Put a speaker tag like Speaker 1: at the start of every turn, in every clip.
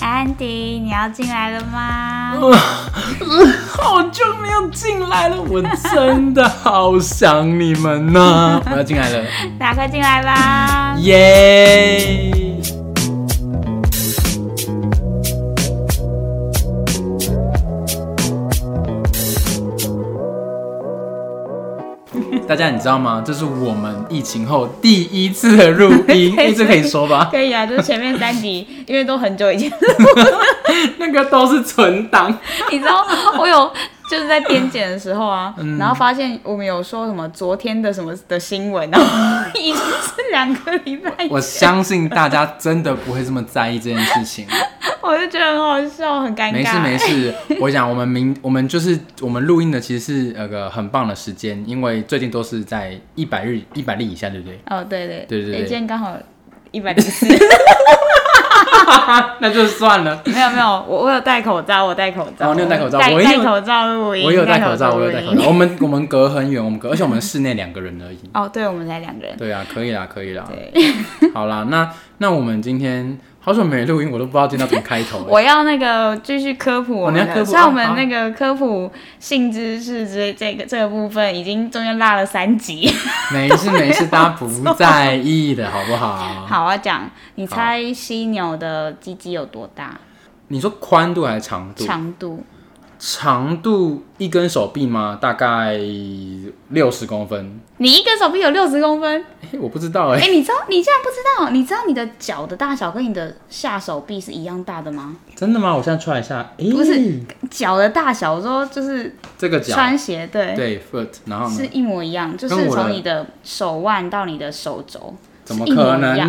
Speaker 1: 安迪，你要进来了吗？
Speaker 2: 嗯啊好久没有进来了，我真的好想你们呢、 我要进来了，
Speaker 1: 大家快进来吧！
Speaker 2: 耶、大家你知道吗？这是我们疫情后第一次的录 音，一直可以说吧？
Speaker 1: 可以啊，就是前面三 集，因为都很久以前，
Speaker 2: 那个都是存档，
Speaker 1: 你知道我有就是在编检的时候啊，
Speaker 2: 嗯
Speaker 1: 然后发现我们有说什么昨天的什么的新闻，然后已经是两个礼拜前，
Speaker 2: 我相信大家真的不会这么在意这件事情。
Speaker 1: 我就觉得很好笑，很尴尬。
Speaker 2: 没事没 事，我想我们明我们就是我们录音的其实是那呃个很棒的时间，因为最近都是在一百日一百例以下，对不对？
Speaker 1: 哦，对对
Speaker 2: 对对对
Speaker 1: 诶今天刚好一百零 四，
Speaker 2: 啊那就算了。
Speaker 1: 没有没有，我我有戴口罩，我戴口罩，
Speaker 2: 哦你有戴口罩
Speaker 1: 戴
Speaker 2: 我也
Speaker 1: 戴
Speaker 2: 有
Speaker 1: 口罩录音，
Speaker 2: 我有戴口罩，我有戴口
Speaker 1: 录
Speaker 2: 罩。
Speaker 1: 音
Speaker 2: 我们我们隔很远，我们隔，而且我们室内两个人而已。
Speaker 1: 哦，对，我们才两个人，
Speaker 2: 对啊，可以啦，可以啦。
Speaker 1: 对。
Speaker 2: 好啦，那那我们今天好久没录音，我都不知道今天要怎么开头了。
Speaker 1: 我要那个继续科普我们
Speaker 2: 哦你要科
Speaker 1: 的，
Speaker 2: 普
Speaker 1: 像我们
Speaker 2: 哦好
Speaker 1: 那个科普性知识之类这个这个部分，已经中间落了三集。
Speaker 2: 没事没事，大家不在意的好不 好？
Speaker 1: 好，我要讲，你猜犀牛的鸡鸡有多大？
Speaker 2: 你说宽度还是长度？
Speaker 1: 长度？
Speaker 2: 长度一根手臂吗？大概六十公分。
Speaker 1: 你一根手臂有六十公分？
Speaker 2: 欸我不知道哎、
Speaker 1: 哎、你知道？你竟然不知道？你知道你的脚的大小跟你的下手臂是一样大的吗？
Speaker 2: 真的吗？我现在踹一下，哎、
Speaker 1: 不是脚的大小，我说就是
Speaker 2: 这个脚，
Speaker 1: 穿鞋对。
Speaker 2: 对 foot，然后
Speaker 1: 是
Speaker 2: 呢？
Speaker 1: 一模一样，就
Speaker 2: 跟
Speaker 1: 是
Speaker 2: 我的
Speaker 1: 从你的手腕到你的手肘，
Speaker 2: 怎么
Speaker 1: 是一模一
Speaker 2: 可能
Speaker 1: 样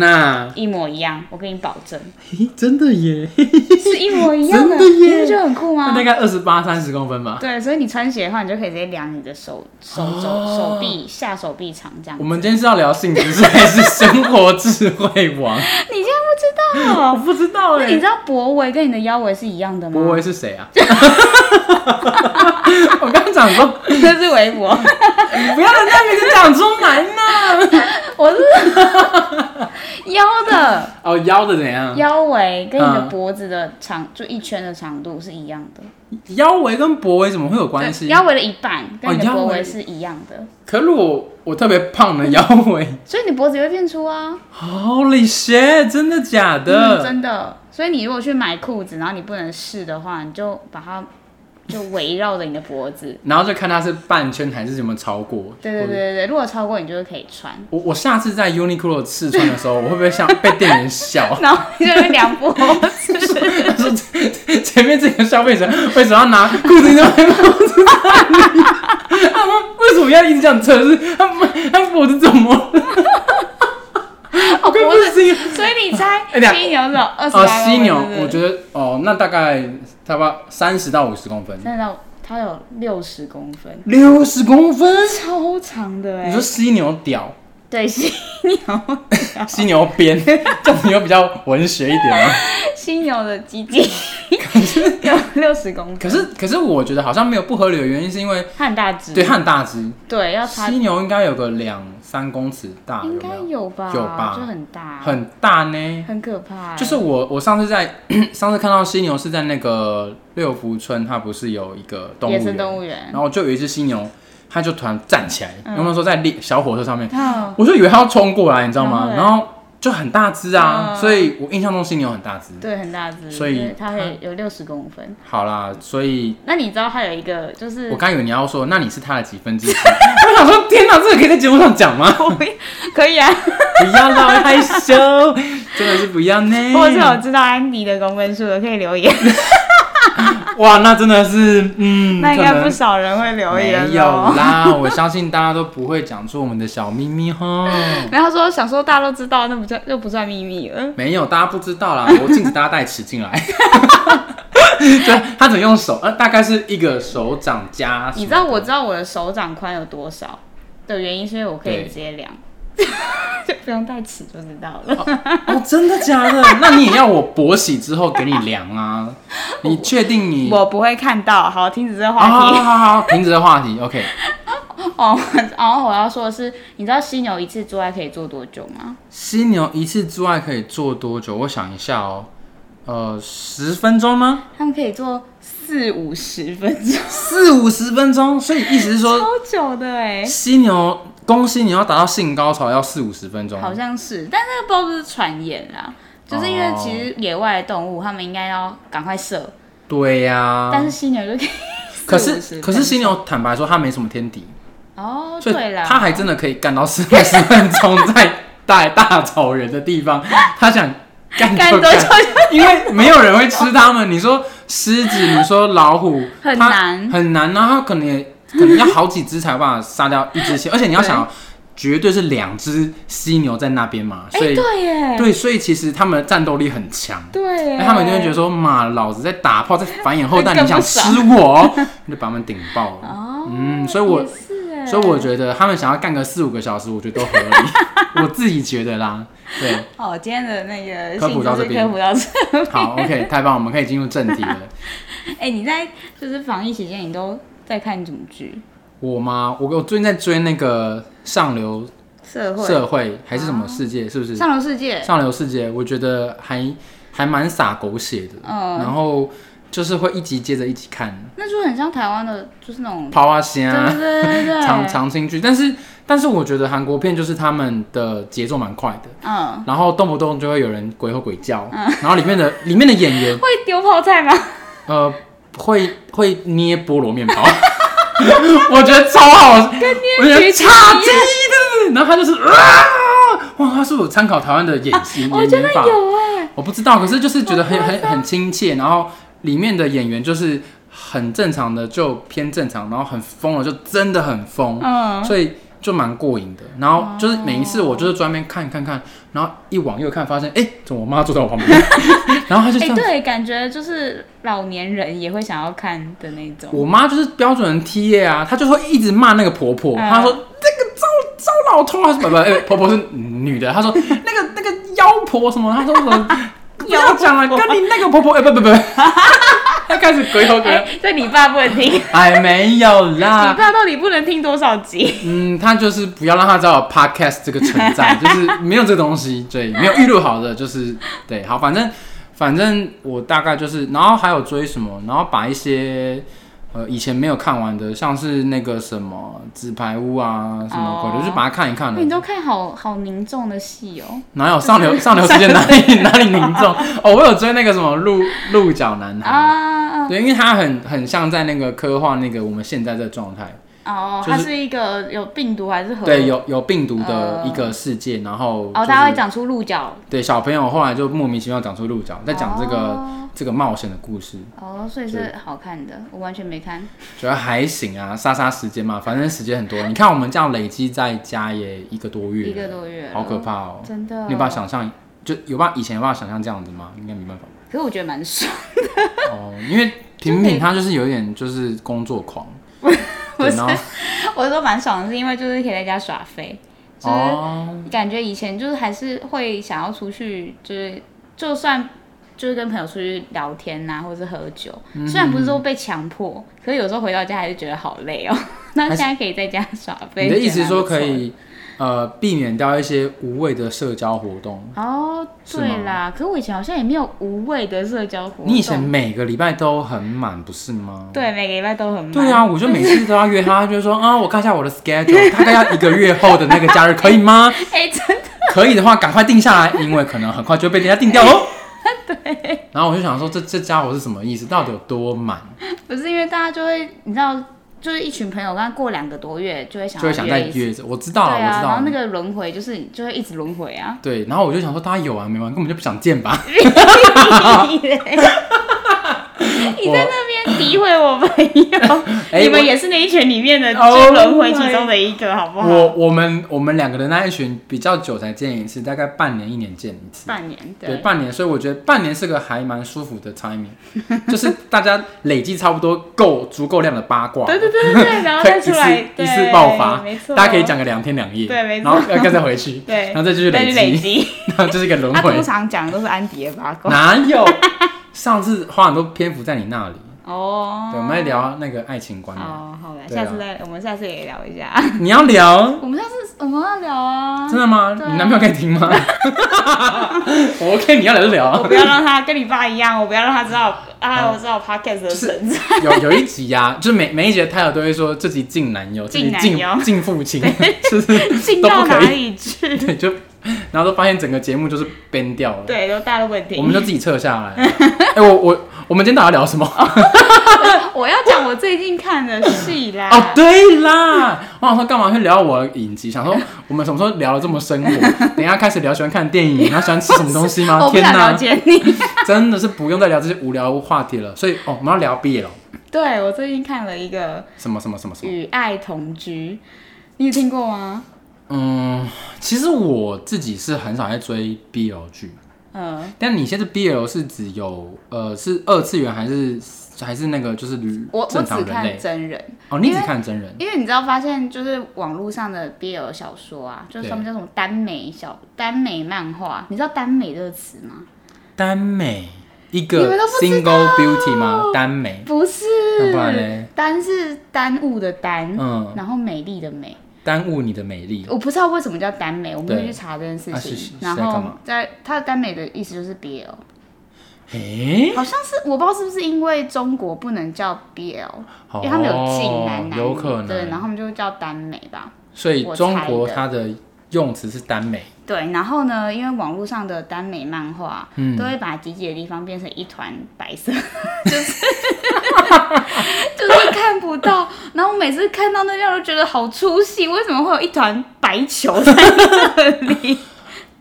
Speaker 2: 呢、
Speaker 1: 一模一样，我跟你保证。
Speaker 2: 嘿、真的耶，
Speaker 1: 嗯是一模一样的，
Speaker 2: 真的耶
Speaker 1: 你不觉得很酷
Speaker 2: 那
Speaker 1: 吗
Speaker 2: 大？概二十八、三十公分吧。
Speaker 1: 对，所以你穿鞋的话，你就可以直接量你的手手肘、手臂、下手臂长这样
Speaker 2: 哦我。们今天是要聊性知识还是生活智慧王？
Speaker 1: 你竟然不知
Speaker 2: 我
Speaker 1: 道？
Speaker 2: 不知道
Speaker 1: 那
Speaker 2: 哎、
Speaker 1: 你知道脖围跟你的腰围是一样的吗？
Speaker 2: 博维是谁啊？ 我刚讲说，
Speaker 1: 这是围脖，
Speaker 2: 你不要人家名字讲出 来呢。
Speaker 1: 我 是腰的
Speaker 2: 哦，腰的怎样？
Speaker 1: 腰围跟你的
Speaker 2: 嗯
Speaker 1: 脖子的长，就一圈的长度是一样的。
Speaker 2: 腰围跟博维怎么会有关
Speaker 1: 对
Speaker 2: 系？
Speaker 1: 腰围的一半跟你
Speaker 2: 哦
Speaker 1: 的
Speaker 2: 腰围
Speaker 1: 脖围是一样的，
Speaker 2: 可是我我特别胖的腰围
Speaker 1: 所以你脖子也会变粗啊。
Speaker 2: ，Holy shit！真的假的？
Speaker 1: 嗯，真的。所以你如果去买裤子，然后你不能试的话，你就把它就围绕着你的脖子。
Speaker 2: 然后就看它是半圈还是有没有超过。
Speaker 1: 对对对
Speaker 2: 或者。
Speaker 1: 对对，如果超过你就是可以穿，
Speaker 2: 我我下次在 Uniqlo 试穿的时候，我会不会像被店 员笑？
Speaker 1: 然后你就会量 脖子。
Speaker 2: 他说前面这个消费者为什么要拿裤子那边脖子在那里？ 他们为什么要一直这样测试？他们他们脖子怎 么了？
Speaker 1: 哦，
Speaker 2: 跟
Speaker 1: 脖
Speaker 2: 不
Speaker 1: 子。
Speaker 2: 是一个
Speaker 1: 所以你猜
Speaker 2: 哎等下
Speaker 1: 犀牛是二十八
Speaker 2: 哦，犀牛，我
Speaker 1: 得
Speaker 2: 觉得哦，那大概差不多三十到五十公分，
Speaker 1: 真的它有六十公分，
Speaker 2: 六十公分。
Speaker 1: 超长的哎、
Speaker 2: 你说犀牛屌，
Speaker 1: 对，犀 牛，
Speaker 2: 犀牛鞭， 这样你又比较文学一点吗？
Speaker 1: 犀牛的鸡鸡 有六十公分，
Speaker 2: 可是可是我觉得好像没有不合理的原因，是因为
Speaker 1: 它很大只，
Speaker 2: 对它很大只，
Speaker 1: 对，要差
Speaker 2: 犀牛应该有个两三公尺大，有
Speaker 1: 应
Speaker 2: 没
Speaker 1: 该
Speaker 2: 有？
Speaker 1: 有吧，
Speaker 2: 有吧
Speaker 1: 就很大，
Speaker 2: 很大呢。
Speaker 1: 很可怕欸、
Speaker 2: 就是我我上次在 上次看到犀牛是在那个六福村，它不是有一个动物
Speaker 1: 野生
Speaker 2: 园，
Speaker 1: 动物园
Speaker 2: 然。后就有一只犀牛，它就突然站起来，有没有说在列小火车上面，
Speaker 1: 嗯，
Speaker 2: 我就以为它要冲过来，你知道吗？
Speaker 1: 然后嘞
Speaker 2: 然后就很大只啊，
Speaker 1: 嗯
Speaker 2: 所以我印象中犀牛很大只。
Speaker 1: 对，很大只，
Speaker 2: 所以
Speaker 1: 对它
Speaker 2: 它
Speaker 1: 会有六十公分。
Speaker 2: 好啦，所以
Speaker 1: 那你知道它有一个就是
Speaker 2: 我刚以为你要说，那你是它的几 分之一？我想说，天哪，这个可以在节目上讲 吗？
Speaker 1: 可以啊，
Speaker 2: 不要让我害羞，真的是不要呢。
Speaker 1: 或者是有知道安迪的公分数的可以留言，
Speaker 2: 嗯哇，那真的是，嗯，
Speaker 1: 那应
Speaker 2: 可
Speaker 1: 该
Speaker 2: 能
Speaker 1: 不少人会留言哦
Speaker 2: 没有
Speaker 1: 咯。
Speaker 2: 啦， 我相信大家都不会讲出我们的小秘密哈。
Speaker 1: 然后说想说大家都知道，那不算又不算秘密了。
Speaker 2: 没有，大家不知道 啦，我禁止大家带尺进来。 对，他只能用手，呃，大概是一个手掌加。
Speaker 1: 你知道我知道我的手掌宽有多少的原因，是因为我可以直接 量，就不用带尺就知道了。
Speaker 2: 哦，真的假的？那你也要我勃起之后给你量啊？你确定你？
Speaker 1: 我不会看到。好，停止这个
Speaker 2: 好好
Speaker 1: 话题。
Speaker 2: 好好，停止这话题。OK，
Speaker 1: 哦，然后我要说的是，你知道犀牛一次做爱可以做多久吗？
Speaker 2: 犀牛一次做爱可以做多久？我想一下哦，呃，十分钟吗？
Speaker 1: 他们可以做四五十分钟，
Speaker 2: 四五十分钟，所以意思是说，
Speaker 1: 超久的哎、
Speaker 2: 犀牛公犀牛要达到性高潮要四五十分钟，
Speaker 1: 好像是，但那个不知道是不是传言啦，就是因为
Speaker 2: 哦
Speaker 1: 其实野外的动物，他们应该要赶快射，
Speaker 2: 对呀、
Speaker 1: 但是犀牛就可以四五十分钟。
Speaker 2: 哦可是可是犀牛坦白说它没什么天敌，
Speaker 1: 哦，
Speaker 2: 所以
Speaker 1: 对啦，
Speaker 2: 它还真的可以干到四五十分钟，在大大草原的地 方，它想干
Speaker 1: 干
Speaker 2: 就
Speaker 1: 多
Speaker 2: 干
Speaker 1: 久，
Speaker 2: 因为没有人会吃它们。你说狮子，你说老虎，
Speaker 1: 很
Speaker 2: 它
Speaker 1: 难
Speaker 2: 很难啊，它可能也可能要好几只才有办法杀掉一 只犀，而且你要想哦，绝对是两只犀牛在那边嘛，
Speaker 1: 哎、
Speaker 2: 所以、
Speaker 1: 对耶，
Speaker 2: 对，所以其实他们的战斗力很强。
Speaker 1: 对耶，
Speaker 2: 那他们就会觉得说，妈，老子在打炮，在繁衍 后代，
Speaker 1: 更
Speaker 2: 你
Speaker 1: 不
Speaker 2: 想吃我， 你就把他们顶爆了。
Speaker 1: 哦，
Speaker 2: 嗯，所以我
Speaker 1: 也是耶
Speaker 2: 所以我觉得他们想要干个四五个小时，我觉得都合 理，我自己觉得啦。对，
Speaker 1: 哦，今天的那个
Speaker 2: 科普
Speaker 1: 性知
Speaker 2: 到这
Speaker 1: 识
Speaker 2: 边
Speaker 1: 科普到这，
Speaker 2: 好，OK，太棒，我们可以进入正 题了。
Speaker 1: 哎、你在就是防疫期间，你都在看什么剧？
Speaker 2: 我吗？我我最近在追那个《上流
Speaker 1: 社会、
Speaker 2: 社会》还是什么世界？是不是《
Speaker 1: 上流世界，
Speaker 2: 上流世界》？我觉得还还蛮洒狗血的，
Speaker 1: 嗯
Speaker 2: 然后就是会一集接着一集看，
Speaker 1: 那就很像台湾的，就是那种，
Speaker 2: 抛啊仙
Speaker 1: 对
Speaker 2: 啊，
Speaker 1: 对对对，
Speaker 2: 长长青剧，但是但是我觉得韩国片就是他们的节奏蛮快的，
Speaker 1: 嗯，
Speaker 2: 然后动不动就会有人鬼吼鬼叫，然后里面的里面的演员
Speaker 1: 会丢泡菜吗？
Speaker 2: 呃会会捏菠萝面包， 我觉得超好，我觉得
Speaker 1: 橘子
Speaker 2: 差
Speaker 1: 一样
Speaker 2: 劲的，然后他就是啊，哇，他是有参考台湾的演技演
Speaker 1: 啊我觉得
Speaker 2: 演法，
Speaker 1: 有哦哎、
Speaker 2: 我不知道，可是就是觉得很很很亲切，然后里面的演员就是很正常的就偏正常，然后很疯了就真的很疯，
Speaker 1: 嗯，哦
Speaker 2: 所以就蛮过瘾的。然后就是每一次我就是专门看看看，然后一往右看，发现哎、诶怎么我妈坐在我旁边？ 然后她就这
Speaker 1: 哎、
Speaker 2: 样，
Speaker 1: 对，感觉就是老年人也会想要看的那种。
Speaker 2: 我妈就是标准的 T A 啊，她就会一直骂那个婆婆，
Speaker 1: 嗯
Speaker 2: 她说这个糟糟老头啊，不不，哎婆婆是女的，她 说那个那个妖婆什么，她说什 么。不要讲了，跟你那个婆婆，哎、不不 不，她开始鬼吼鬼
Speaker 1: 哎、
Speaker 2: 吼，
Speaker 1: 这你爸不能听，你
Speaker 2: 哎，没有啦，
Speaker 1: 爸到底不能听多少集？
Speaker 2: 嗯，他就是不要让他知道有 podcast 这个存 在，就是没有这东西，对，没有预录好的，就是对，好，反正反正我大概就是，然后还有追什么，然后把一些呃以前没有看完的，像是那个什么纸牌屋啊什么鬼的
Speaker 1: 哦
Speaker 2: 就把它看一看
Speaker 1: 你
Speaker 2: 了。
Speaker 1: 都看好好凝重的戏哦、
Speaker 2: 哪有上流上流时间哪里哪里凝重？ 哦，我有追那个什么鹿鹿角男孩，
Speaker 1: 啊，
Speaker 2: 对，因为他很很像在那个刻画那个我们现在的状态。
Speaker 1: 哦，
Speaker 2: 就是
Speaker 1: 它是一个有病毒还是核？
Speaker 2: 对，有有病毒的一个世界，然后
Speaker 1: 呃哦，
Speaker 2: 就是
Speaker 1: 大家会长出鹿角
Speaker 2: 对，小朋友后来就莫名其妙长出鹿角，在讲这个、
Speaker 1: 哦
Speaker 2: 这个冒险的故事，
Speaker 1: 哦，所以是好看的，我完全没看。
Speaker 2: 主要还行啊，杀杀时间嘛，反正时间很多。你看我们这样累积在家也一个多月了，
Speaker 1: 一个多月了嗯
Speaker 2: 好可怕哦！
Speaker 1: 真的
Speaker 2: 你有办法想象，就有办法以前有办法想象这样子吗？应该没办法
Speaker 1: 可是我觉得蛮爽，
Speaker 2: 哦，因为平平他就是有一点就是工作 狂，对，然后
Speaker 1: 我说蛮爽的是因为就是可以在家耍飞，就是
Speaker 2: 哦，
Speaker 1: 感觉以前就是还是会想要出去，就是就算就是跟朋友出去聊天呐、或者是喝酒，
Speaker 2: 嗯
Speaker 1: 虽然不是说被强迫，可是有时候回到家还是觉得好累哦。 那现在可以在家耍飞，
Speaker 2: 你的意思是说
Speaker 1: 觉得蛮
Speaker 2: 可
Speaker 1: 不错的？
Speaker 2: 以呃避免掉一些无谓的社交活动？
Speaker 1: 哦，
Speaker 2: 是吗
Speaker 1: 对啦，可是我以前好像也没有无谓的社交活动。
Speaker 2: 你以前每个礼拜都很满，不是吗？
Speaker 1: 对每个礼拜都很忙。
Speaker 2: 对啊，我就每次都要约他，就说啊，我看一下我的 schedule，大概要一个月后的那个假日可以吗？
Speaker 1: 哎、真
Speaker 2: 可以的话，赶快定下来，因为可能很快就被人家定 掉喽。对。然后我就想说，这这家伙是什么意思？到底有多满？
Speaker 1: 不是因为大家就会，你知道，就是一群朋友，刚过两个多月就会想
Speaker 2: 就会想再
Speaker 1: 一次
Speaker 2: 约着。我知
Speaker 1: 对
Speaker 2: 道了，我
Speaker 1: 啊，
Speaker 2: 知
Speaker 1: 然
Speaker 2: 道
Speaker 1: 后那
Speaker 2: 了。
Speaker 1: 个轮回就是你就会一直轮回啊。
Speaker 2: 对，然后我就想说，大家有完啊没完？根本就不想见吧？
Speaker 1: 你嘞 你在那边诋毁我朋友，
Speaker 2: 哎
Speaker 1: 你
Speaker 2: 我
Speaker 1: 们也是那一群里面的就
Speaker 2: Oh
Speaker 1: 轮回其中的一个，好不好？
Speaker 2: 我我们我们两个的那一群比较久才见一次，大概半年一年见一次。
Speaker 1: 半年
Speaker 2: 对，
Speaker 1: 对，
Speaker 2: 半年，所以我觉得半年是个还蛮舒服的 timing，就是大家累积差不多够足够量的八 卦。
Speaker 1: 对对对对对，然后
Speaker 2: 可以
Speaker 1: 再
Speaker 2: 一次
Speaker 1: 出来
Speaker 2: 一次爆发
Speaker 1: 对没，错，
Speaker 2: 大家可以讲个两天两夜，
Speaker 1: 对没错
Speaker 2: 然后要再回去，
Speaker 1: 对
Speaker 2: 然后再继续
Speaker 1: 再去
Speaker 2: 累
Speaker 1: 累
Speaker 2: 积，
Speaker 1: 积。啊
Speaker 2: 然后就是一个轮
Speaker 1: 他
Speaker 2: 回
Speaker 1: 通。常讲的都是安迪的八卦，
Speaker 2: 哪有？上次花很多篇幅在你那里，
Speaker 1: 哦，
Speaker 2: 对，我们在聊那个爱情观嘛。
Speaker 1: 哦，好了，
Speaker 2: 对啊
Speaker 1: 下次再，我们下次也聊一 下。
Speaker 2: 你要聊？
Speaker 1: 我们下次我们要聊啊，
Speaker 2: 真的吗？
Speaker 1: 哦对啊
Speaker 2: 你男朋友可以听吗？我 OK，你要聊就聊
Speaker 1: 我
Speaker 2: 啊。
Speaker 1: 不要让他跟你爸一样，我不要让他知道啊，我知道 podcast 的
Speaker 2: 哦是
Speaker 1: 存在。
Speaker 2: 有有一集呀、就是每每一集的 title 都会说这集敬男友，这集
Speaker 1: 敬男
Speaker 2: 敬
Speaker 1: 友
Speaker 2: 敬父亲，就是
Speaker 1: 进
Speaker 2: 都
Speaker 1: 到
Speaker 2: 不可
Speaker 1: 哪
Speaker 2: 以
Speaker 1: 里去？
Speaker 2: 对，就然后都发现整个节目就是编掉了，
Speaker 1: 对，都大家都问题。
Speaker 2: 我们 就自己撤下来。哎、我我我们今天到底要聊什么？
Speaker 1: 我要讲我最近看的戏啦。
Speaker 2: 哦，对啦， 我想说干嘛会聊我的影集？想说我们什么时候聊的这么生活？ 等一下开始聊喜欢看电影，然后喜欢吃什么东西吗？
Speaker 1: 哦 我不
Speaker 2: 啊天
Speaker 1: 想了
Speaker 2: 哪，
Speaker 1: 解你。
Speaker 2: 真的是不用再聊这些无聊话题了。所以哦，我们要聊 BL
Speaker 1: 对我最近看了一个
Speaker 2: 什么什么什么
Speaker 1: 《
Speaker 2: 什么。
Speaker 1: 与爱同居》，你有听过吗？
Speaker 2: 嗯，其实我自己是很少在追 BL 剧，
Speaker 1: 嗯，
Speaker 2: 但你现在 BL 是指有呃是二次元还是还是那个就是
Speaker 1: 我我
Speaker 2: 正常
Speaker 1: 只
Speaker 2: 人
Speaker 1: 看
Speaker 2: 类？
Speaker 1: 真人，
Speaker 2: 哦，你只看真人
Speaker 1: 因为你知道，发现就是网络上的 BL 小说啊，就是他们叫什么耽美小耽美漫画，你知道耽美这个词吗？
Speaker 2: 耽美一
Speaker 1: 你
Speaker 2: 个
Speaker 1: 们都不知
Speaker 2: single beauty 吗？耽美，
Speaker 1: 不是
Speaker 2: 那不然嘞，
Speaker 1: 耽是耽误的耽，
Speaker 2: 嗯。
Speaker 1: 然后美丽的美。
Speaker 2: 耽误你的美丽。
Speaker 1: 我不知道为什么叫耽美，我没有
Speaker 2: 对
Speaker 1: 去查这件事
Speaker 2: 啊是是
Speaker 1: 情
Speaker 2: 是。
Speaker 1: 然
Speaker 2: 在干
Speaker 1: 后
Speaker 2: 嘛
Speaker 1: 在它的耽美的意思就是 BL，
Speaker 2: 诶、
Speaker 1: 好像是我不知道是不是因为中国不能叫 BL，因为他们有禁男男女，
Speaker 2: 哦有可能。
Speaker 1: 对，然后他们就叫耽美吧。
Speaker 2: 所以
Speaker 1: 我猜
Speaker 2: 中国
Speaker 1: 的
Speaker 2: 它的用词是耽美，
Speaker 1: 对，然后呢，因为网络上的耽美漫画、
Speaker 2: 嗯
Speaker 1: 都会把集结的地方变成一团白色，就是 就是看不到。然后我每次看到那样都觉得好出戏，为什么会有一团白球在这里？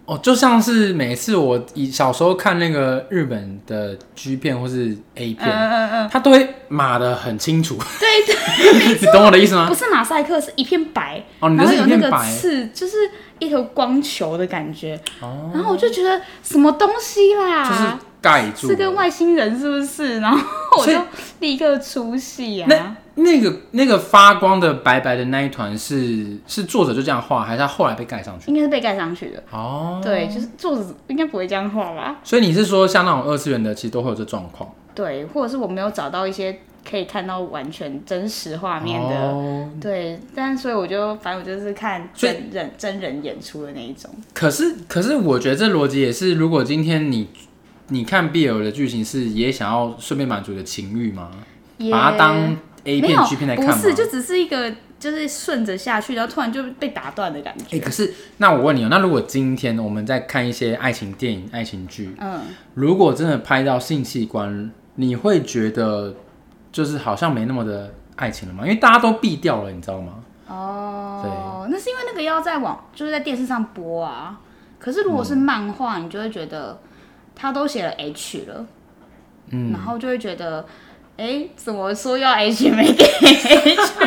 Speaker 2: 哦，就像是每次我以小时候看那个日本的 G 片或是 A 片，
Speaker 1: 嗯嗯嗯，
Speaker 2: 它都会码的很清楚，
Speaker 1: 对对。
Speaker 2: 你懂我的意思
Speaker 1: 不
Speaker 2: 吗？
Speaker 1: 是马赛克，是一片白，
Speaker 2: 哦你的
Speaker 1: 然后
Speaker 2: 是一
Speaker 1: 有
Speaker 2: 片
Speaker 1: 那个
Speaker 2: 白
Speaker 1: 刺，就是一头光球的感觉。
Speaker 2: 哦
Speaker 1: 然后我就觉得什么东西
Speaker 2: 就是
Speaker 1: 啦，
Speaker 2: 盖住了。
Speaker 1: 啊是跟外星人是不是？然后我
Speaker 2: 所以
Speaker 1: 就立刻出戏
Speaker 2: 那
Speaker 1: 啊。
Speaker 2: 那个那个发光的白白的那一团是是作者就这样画，还是他后来被盖上去？
Speaker 1: 应该是被盖上去的，
Speaker 2: 哦，
Speaker 1: 对，就是作者应该不会这样画吧？
Speaker 2: 所以你是说像那种二次元的，其实都会有这状况
Speaker 1: 对，或者是我没有找到一些可以看到完全真实画面的，
Speaker 2: 哦
Speaker 1: 对，但所以我就反正我就是看
Speaker 2: 所以
Speaker 1: 真人真人演出的那一种，
Speaker 2: 可是，可是我觉得这逻辑也是，如果今天你你看 BL 的剧情是也想要顺便满足你的情欲吗？
Speaker 1: 也
Speaker 2: 把它当 A
Speaker 1: 没
Speaker 2: 片
Speaker 1: 有，
Speaker 2: G 片来看
Speaker 1: 不
Speaker 2: 吗？
Speaker 1: 是，就只是一个就是顺着下去，然后突然就被打断的感觉。
Speaker 2: 哎、可是那我问你哦，那如果今天我们在看一些爱情电影、爱情剧，
Speaker 1: 嗯，
Speaker 2: 如果真的拍到性器官，你会觉得就是好像没那么的爱情了吗？因为大家都避掉了，你知道吗？
Speaker 1: 哦，那是因为那个要在网，就是在电视上播啊。可是如果是漫画，你就会觉得他都写了 H 了，
Speaker 2: 嗯，
Speaker 1: 然后就会觉得，哎、怎么说要 H 没给 H？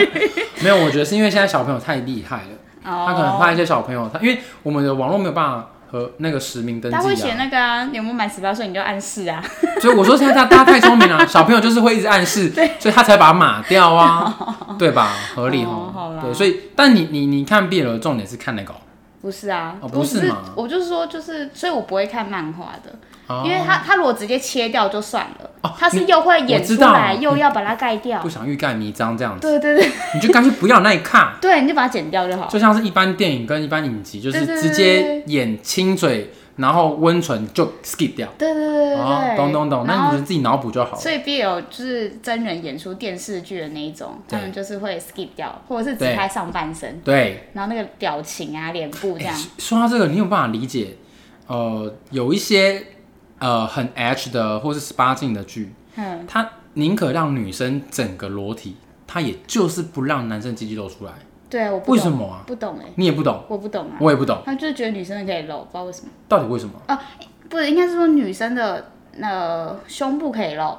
Speaker 2: 没有，我觉得是因为现在小朋友太厉害了，他可能
Speaker 1: 哦，
Speaker 2: 怕一些小朋友，他因为我们的网络没有办法和那个实名登记、啊，
Speaker 1: 他会写那个啊，你有没有满十八岁你就暗示啊。
Speaker 2: 所以我说现在大大家太聪明了，小朋友就是会一直暗 示，所以他才把它码掉啊，对吧？合理
Speaker 1: 哦好
Speaker 2: 哦
Speaker 1: 啦，
Speaker 2: 对，所以但你你你看 BL 的重点是看那个哦，
Speaker 1: 不是啊，
Speaker 2: 哦
Speaker 1: 我
Speaker 2: 不是
Speaker 1: 只是
Speaker 2: 吗
Speaker 1: 我就是说，就是，所以我不会看漫画的，
Speaker 2: 哦
Speaker 1: 因为他他如果直接切掉就算了，
Speaker 2: 哦
Speaker 1: 他是又会
Speaker 2: 我
Speaker 1: 演
Speaker 2: 知
Speaker 1: 出
Speaker 2: 道
Speaker 1: 来，又要把它盖掉
Speaker 2: 不。想欲盖弥彰这样子，
Speaker 1: 对对对
Speaker 2: 你就干脆不要那一看，
Speaker 1: 对，你就把它剪掉就好。
Speaker 2: 就像是一般电影跟一般影集，就是
Speaker 1: 对对
Speaker 2: 直
Speaker 1: 对
Speaker 2: 接演亲嘴，然后温存就 skip 掉，
Speaker 1: 对对对对
Speaker 2: 哦，
Speaker 1: 对，
Speaker 2: 懂懂懂，
Speaker 1: 然
Speaker 2: 那你
Speaker 1: 后
Speaker 2: 就自己脑补就好了
Speaker 1: 所。以 BL 就是真人演出电视剧的那一种，他
Speaker 2: 对
Speaker 1: 们就是会 skip 掉，或者是只
Speaker 2: 对
Speaker 1: 拍上半身，
Speaker 2: 对，
Speaker 1: 然后那个表情啊、脸部这样
Speaker 2: 欸。说到这个，你有办法理解，呃，有一些呃很 H 的或是十八禁的剧。
Speaker 1: 嗯，
Speaker 2: 他宁可让女生整个裸体，他也就是不让男生鸡鸡露出来。
Speaker 1: 对，我不懂
Speaker 2: 为什么啊？
Speaker 1: 不懂哎，
Speaker 2: 你也不懂，
Speaker 1: 我不懂啊，
Speaker 2: 我也不懂，
Speaker 1: 他就是觉得女生的可以露，不知道为什么。
Speaker 2: 到底为什么？
Speaker 1: 不是，应该是说女生的呃胸部可以露，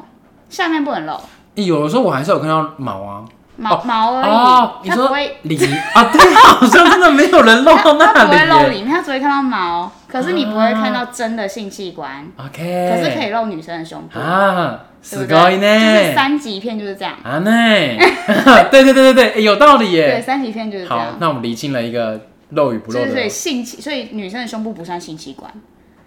Speaker 1: 下面不能露，
Speaker 2: 欸有的时候我还是有看到毛啊。
Speaker 1: 毛、毛
Speaker 2: 哦
Speaker 1: 而，已，
Speaker 2: 你
Speaker 1: 它
Speaker 2: 说
Speaker 1: 不会，
Speaker 2: 里啊？ 对，好像真的没有人露
Speaker 1: 它
Speaker 2: 到
Speaker 1: 它不会
Speaker 2: 那
Speaker 1: 露
Speaker 2: 里耶。啊
Speaker 1: 里面，它只会看到毛，可是你不会看到真的性器官，
Speaker 2: OK，
Speaker 1: 可是可以露女生的胸部，
Speaker 2: 哎啊，
Speaker 1: 对
Speaker 2: す
Speaker 1: 不
Speaker 2: ご
Speaker 1: 对？就
Speaker 2: い
Speaker 1: 是
Speaker 2: ね。
Speaker 1: 三级片就是这样，
Speaker 2: 啊呢， 对对对对对，欸有道理
Speaker 1: 对，
Speaker 2: 耶。
Speaker 1: 三级片就是这
Speaker 2: 好
Speaker 1: 样，。
Speaker 2: 那我们厘清了一个露与不露
Speaker 1: 就是所以
Speaker 2: 的，哦
Speaker 1: 性器，所以女生的胸部不算性器官，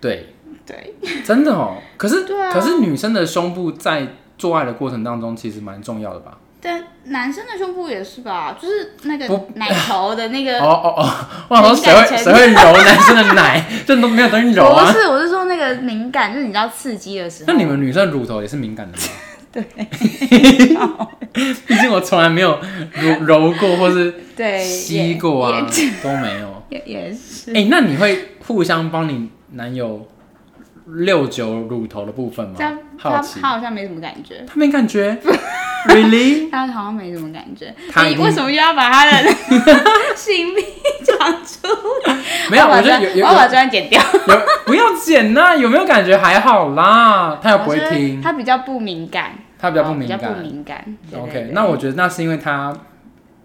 Speaker 2: 对，
Speaker 1: 对，
Speaker 2: 真的哦。可是
Speaker 1: 对啊
Speaker 2: 可是女生的胸部在做爱的过程当中其实蛮重要的吧？
Speaker 1: 但男生的胸部也是吧，就是那个奶头的那个，
Speaker 2: 哦哦哦，我想说谁会谁会揉 男生的奶？这都没有东西揉
Speaker 1: 不
Speaker 2: 啊。
Speaker 1: 是，我是说那个敏感，就是你知道刺激的时候。
Speaker 2: 那你们女生乳头也是敏感的吗？
Speaker 1: 对
Speaker 2: 毕竟我从来没有揉揉过或是
Speaker 1: 对
Speaker 2: 吸过啊，都没有。
Speaker 1: 也 也也是
Speaker 2: 哎、那你会互相帮你男友六九乳头的部分吗
Speaker 1: 这样，？
Speaker 2: 好
Speaker 1: 他
Speaker 2: 奇，
Speaker 1: 他好像没什么感觉，
Speaker 2: 他没感觉 ，really？
Speaker 1: 他好像没什么感觉。
Speaker 2: 他一
Speaker 1: 你
Speaker 2: 定
Speaker 1: 为什么又要把他 的性病讲出？
Speaker 2: 没有，
Speaker 1: 我把
Speaker 2: 我觉得有
Speaker 1: 这
Speaker 2: 有
Speaker 1: 我把
Speaker 2: 有
Speaker 1: 这段剪掉。
Speaker 2: 有不要剪呐、有没有感觉还好啦？他又不会
Speaker 1: 我觉得
Speaker 2: 听，
Speaker 1: 他比较不敏感，
Speaker 2: 他比较不
Speaker 1: 哦
Speaker 2: 敏
Speaker 1: 比较不
Speaker 2: 感。
Speaker 1: 敏感。对
Speaker 2: OK，
Speaker 1: 对对
Speaker 2: 那我觉得那是因为他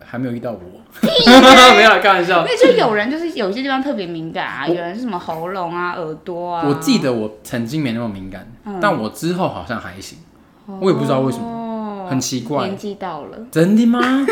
Speaker 2: 还没有遇到 我，没有啦开玩笑
Speaker 1: 因。为就有人就是有些地方特别敏感啊，
Speaker 2: 我
Speaker 1: 有人是什么喉咙啊、耳朵啊。嗯
Speaker 2: 我记得我曾经没那么敏感，但我之后好像还行，
Speaker 1: 哦
Speaker 2: 我也不知道为什么，
Speaker 1: 么
Speaker 2: 很奇怪
Speaker 1: 哦年纪到了，
Speaker 2: 真的吗？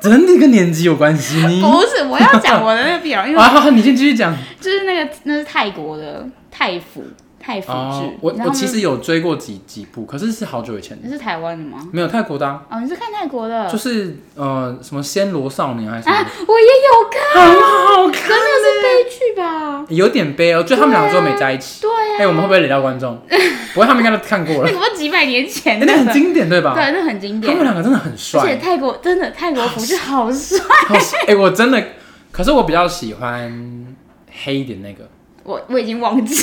Speaker 2: 真的跟年纪有关系呢？
Speaker 1: 不是我要讲我的那个病人，因为
Speaker 2: 啊，好好你先继续讲。
Speaker 1: 就是那个那是泰国的泰服泰服
Speaker 2: 哦
Speaker 1: 剧，，
Speaker 2: 我
Speaker 1: 然后他
Speaker 2: 我
Speaker 1: 们
Speaker 2: 其实有追过几几部，可是是好久以前的，
Speaker 1: 你是台湾的吗？
Speaker 2: 没有泰国的啊、
Speaker 1: 哦，你是看泰国的？
Speaker 2: 就是呃什么暹罗少年还是什么
Speaker 1: 啊，我也有看，
Speaker 2: 的，很好
Speaker 1: 可是那个是悲剧吧？
Speaker 2: 有点悲哦，就他们两个最后没在一起。
Speaker 1: 对
Speaker 2: 哎、
Speaker 1: 啊，
Speaker 2: 我们会不会雷到 观众？不会，他们应该都看过了
Speaker 1: 那。个不是几百年前
Speaker 2: 哎、
Speaker 1: 的，
Speaker 2: 那很经典对吧？
Speaker 1: 对，那很经
Speaker 2: 他
Speaker 1: 典
Speaker 2: 们。两个真的很
Speaker 1: 而且
Speaker 2: 帅。
Speaker 1: 泰国真的泰国服是好帅，
Speaker 2: 好 哎、我真的，可是我比较喜欢黑一点 那个，
Speaker 1: 我我已经忘记，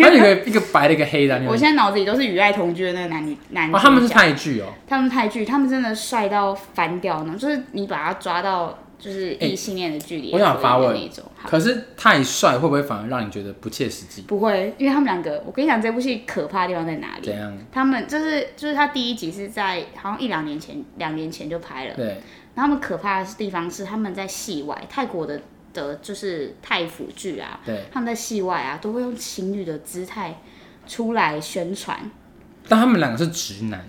Speaker 2: 还有一个一个白的，一个黑的、啊。你有
Speaker 1: 我现在脑子里都是与爱同居的那个男女男主
Speaker 2: 哦，
Speaker 1: 角。
Speaker 2: 他们是泰剧哦。
Speaker 1: 他们泰剧，他们真的帅到翻掉呢，就是你把他抓到就是异性恋的距离、啊
Speaker 2: 我想发问
Speaker 1: 那一种。好
Speaker 2: 可是太帅会不会反而让你觉得不切实际？
Speaker 1: 不会，因为他们两个，我跟你讲这部戏可怕的地方在哪
Speaker 2: 怎
Speaker 1: 里？
Speaker 2: 样？
Speaker 1: 他们就是就是他第一集是在好像一两年前，两年前就拍了。
Speaker 2: 对，
Speaker 1: 然后他们可怕的地方是他们在戏外，泰国的的就是泰服剧啊，
Speaker 2: 对
Speaker 1: 他们在戏外啊都会用情侣的姿态出来宣传。
Speaker 2: 但他们两个是直男，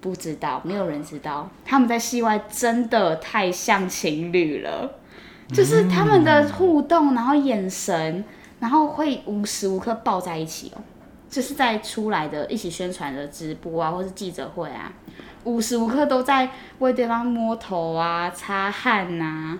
Speaker 1: 不知道，没有人知道。他们在戏外真的太像情侣了，就是他们的互动，然后眼神，然后会无时无刻抱在一起哦。就是在出来的一起宣传的直播啊，或是记者会啊，无时无刻都在为对方摸头啊、擦汗呐、啊，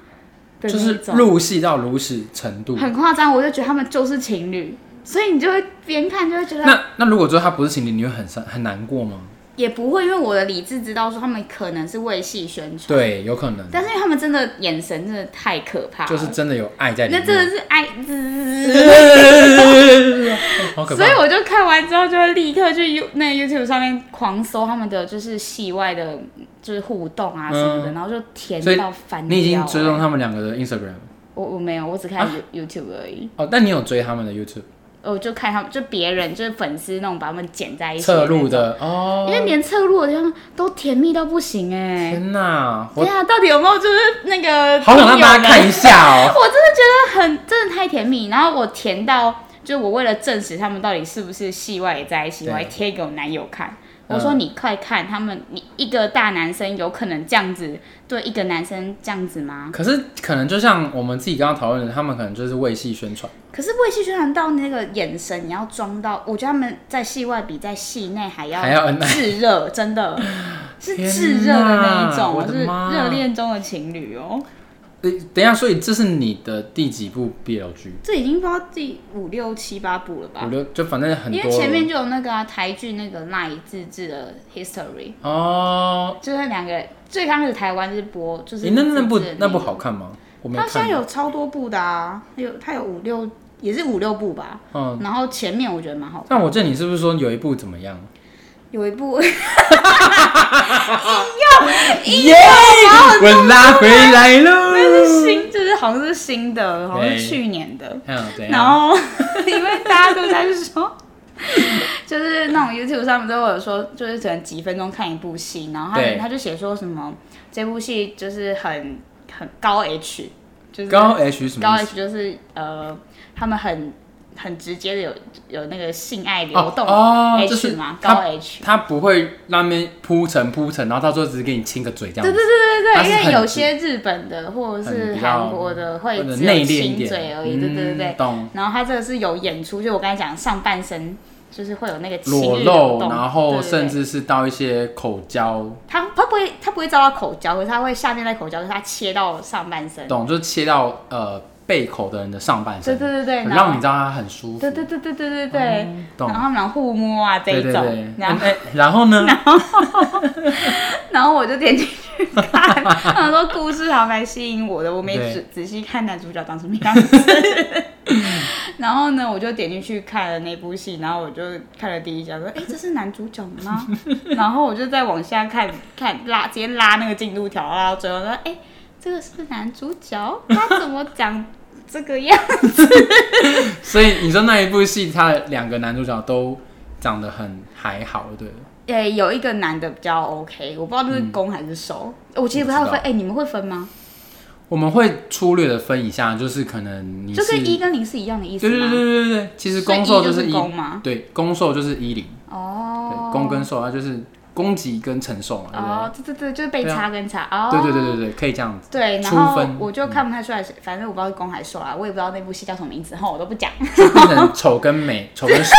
Speaker 1: 的
Speaker 2: 就是
Speaker 1: 那种
Speaker 2: 入戏到如此程度。
Speaker 1: 很夸张。我就觉得他们就是情侣，所以你就会边看就会觉得
Speaker 2: 那那如果说他不是情侣，你会很伤很难过吗？
Speaker 1: 也不会，因为我的理智知道说他们可能是为戏宣传。
Speaker 2: 对，有可能，
Speaker 1: 但是因为他们真的眼神真的太可怕了，
Speaker 2: 就是嗯真的有爱在里
Speaker 1: 那
Speaker 2: 面。
Speaker 1: 真的是爱滋，
Speaker 2: 哦好可怕
Speaker 1: 所以！我就看完之后就会立刻去 You 那 YouTube 上面狂搜他们的就是戏外的，就是互动啊
Speaker 2: 嗯
Speaker 1: 什么的，然后就甜
Speaker 2: 所以
Speaker 1: 到翻掉。欸
Speaker 2: 你已经追踪他啊们两个的 Instagram
Speaker 1: 我我没有，我只看 You、YouTube 而已，
Speaker 2: 哦，但你有追他们的 YouTube
Speaker 1: 我就看他们就别人就是粉丝那种把他们剪在一起
Speaker 2: 侧录
Speaker 1: 那种，
Speaker 2: 的哦？
Speaker 1: 因为连侧录的地方都甜蜜到不行哎、
Speaker 2: 天哪，
Speaker 1: 对
Speaker 2: 我
Speaker 1: 啊，到底有没有就是那个
Speaker 2: 好想让大
Speaker 1: 朋友啊
Speaker 2: 家
Speaker 1: 们
Speaker 2: 看一下哦。
Speaker 1: 我真的觉得很真的太甜蜜，然后我甜到，就我为了证实他们到底是不是戏外也在一起，
Speaker 2: 对
Speaker 1: 我还贴给我男友看。
Speaker 2: 嗯
Speaker 1: 我说你快看，他们你一个大男生有可能这样子对一个男生这样子吗？
Speaker 2: 可是可能就像我们自己刚刚讨论的，他们可能就是为戏宣传，
Speaker 1: 可是为戏宣传到那个眼神，你要装到，我觉得他们在戏外比在戏内还要
Speaker 2: 还要恩爱
Speaker 1: 炙热，真 的是
Speaker 2: 天哪
Speaker 1: 炙热的那一种，
Speaker 2: 我
Speaker 1: 我
Speaker 2: 的
Speaker 1: 是
Speaker 2: 妈
Speaker 1: 热恋中的情侣哦、
Speaker 2: 诶呃等一下，所以这是你的第几部 BL 剧？
Speaker 1: 这已经不知道第五六七八部了吧？
Speaker 2: 五六就反正很多
Speaker 1: 因为前面就有那个、啊、台剧那个赖自制的 History，
Speaker 2: 哦。
Speaker 1: 就是两个最刚开始台湾就是播，就是、
Speaker 2: 诶那那部
Speaker 1: 自制的
Speaker 2: 那部好看吗？我没
Speaker 1: 他现
Speaker 2: 看
Speaker 1: 在。有超多部的啊，有他有五六也是五六部吧，
Speaker 2: 嗯，
Speaker 1: 然后前面我觉得蛮好看，
Speaker 2: 但我记得你是不是说有一部怎么样？
Speaker 1: 有一部
Speaker 2: 耶！我拉回来
Speaker 1: 是
Speaker 2: 喽。
Speaker 1: 新，就是好像是新的，好像是去年的，
Speaker 2: 嗯，怎
Speaker 1: 然
Speaker 2: 样？
Speaker 1: 后因为大家都在说。 就是那种 YouTube 上面都有说，就是只能几分钟看一部戏，然后他
Speaker 2: 对
Speaker 1: 他就写说什么这部戏就是很很高 H，就是
Speaker 2: 高 H 什
Speaker 1: 高
Speaker 2: 么意思？
Speaker 1: H 就是呃，他们很很直接的有有那个性爱流动
Speaker 2: 哦哦
Speaker 1: H
Speaker 2: 就是
Speaker 1: 嘛，
Speaker 2: 他嗯
Speaker 1: 高 H。
Speaker 2: 他不会那边铺陈铺陈，然后到最后只是给你亲个嘴这样
Speaker 1: 对
Speaker 2: 子。
Speaker 1: 对对对
Speaker 2: 他
Speaker 1: 对，
Speaker 2: 是
Speaker 1: 因为
Speaker 2: 很
Speaker 1: 有
Speaker 2: 直
Speaker 1: 些日本的或者
Speaker 2: 很
Speaker 1: 是
Speaker 2: 比较
Speaker 1: 韩国的会
Speaker 2: 或者
Speaker 1: 只有
Speaker 2: 内敛一
Speaker 1: 亲
Speaker 2: 点
Speaker 1: 嘴而已，对对对
Speaker 2: 嗯
Speaker 1: 对。
Speaker 2: 懂。
Speaker 1: 然后他这个是有演出，就我刚才讲上半身就是会有那个情
Speaker 2: 裸
Speaker 1: 欲流
Speaker 2: 露，
Speaker 1: 动
Speaker 2: 然后
Speaker 1: 对对对
Speaker 2: 甚至是到一些口交，
Speaker 1: 他他不会他不会照到口交，可是他会下面在口交，可是他切到上半身。
Speaker 2: 懂？就是切到呃背口的人的上半
Speaker 1: 对
Speaker 2: 身，
Speaker 1: 对对对，然
Speaker 2: 让
Speaker 1: 后
Speaker 2: 你知道他很舒服。嗯
Speaker 1: 对对对对对对对，
Speaker 2: 懂
Speaker 1: 然后他们俩互摸啊这
Speaker 2: 对
Speaker 1: 一
Speaker 2: 对
Speaker 1: 种，
Speaker 2: 对。
Speaker 1: 然
Speaker 2: 嗯
Speaker 1: 后
Speaker 2: 哎然后呢？
Speaker 1: 然后我就点进去看， 他说故事还蛮吸引我的，我没
Speaker 2: 对
Speaker 1: 仔仔细看男主角长什么样子。 然后呢，我就点进去看了那部戏，然后我就看了第一集，我说：“哎、这是男主角吗？” 然后我就再往下看看拉，直接拉那个进度条拉到最后，说：“哎、这个是男主角，他怎么长这个样
Speaker 2: 所以你说那一部戏，他的两个男主角都长得很还好，对不对？？”
Speaker 1: 呃、有一个男的比较 OK，我不知道这
Speaker 2: 嗯
Speaker 1: 是攻还是受，我其实不太会分。哎、你们会分吗？
Speaker 2: 我们会粗略的分一下，就是可能你
Speaker 1: 就是跟一跟零是一样的意思
Speaker 2: 对对
Speaker 1: 吗？
Speaker 2: 对对对对，其实
Speaker 1: 所以
Speaker 2: 攻
Speaker 1: 一
Speaker 2: 受
Speaker 1: 就是
Speaker 2: 一，
Speaker 1: 攻嘛。
Speaker 2: 对，攻受就是一零，对
Speaker 1: 哦，，
Speaker 2: 攻跟受它就是攻击跟承受嘛，对不对？
Speaker 1: 哦，对对对，就是被
Speaker 2: 对啊
Speaker 1: 插跟插哦，
Speaker 2: 对对对对对，可以这样子。
Speaker 1: 对，然
Speaker 2: 初
Speaker 1: 后
Speaker 2: 分嗯
Speaker 1: 我就看不太出来，反正我不知道是公还是受啊，我也不知道那部戏叫什么名字，然后我都不讲，
Speaker 2: 就变成丑跟美，丑 跟帅。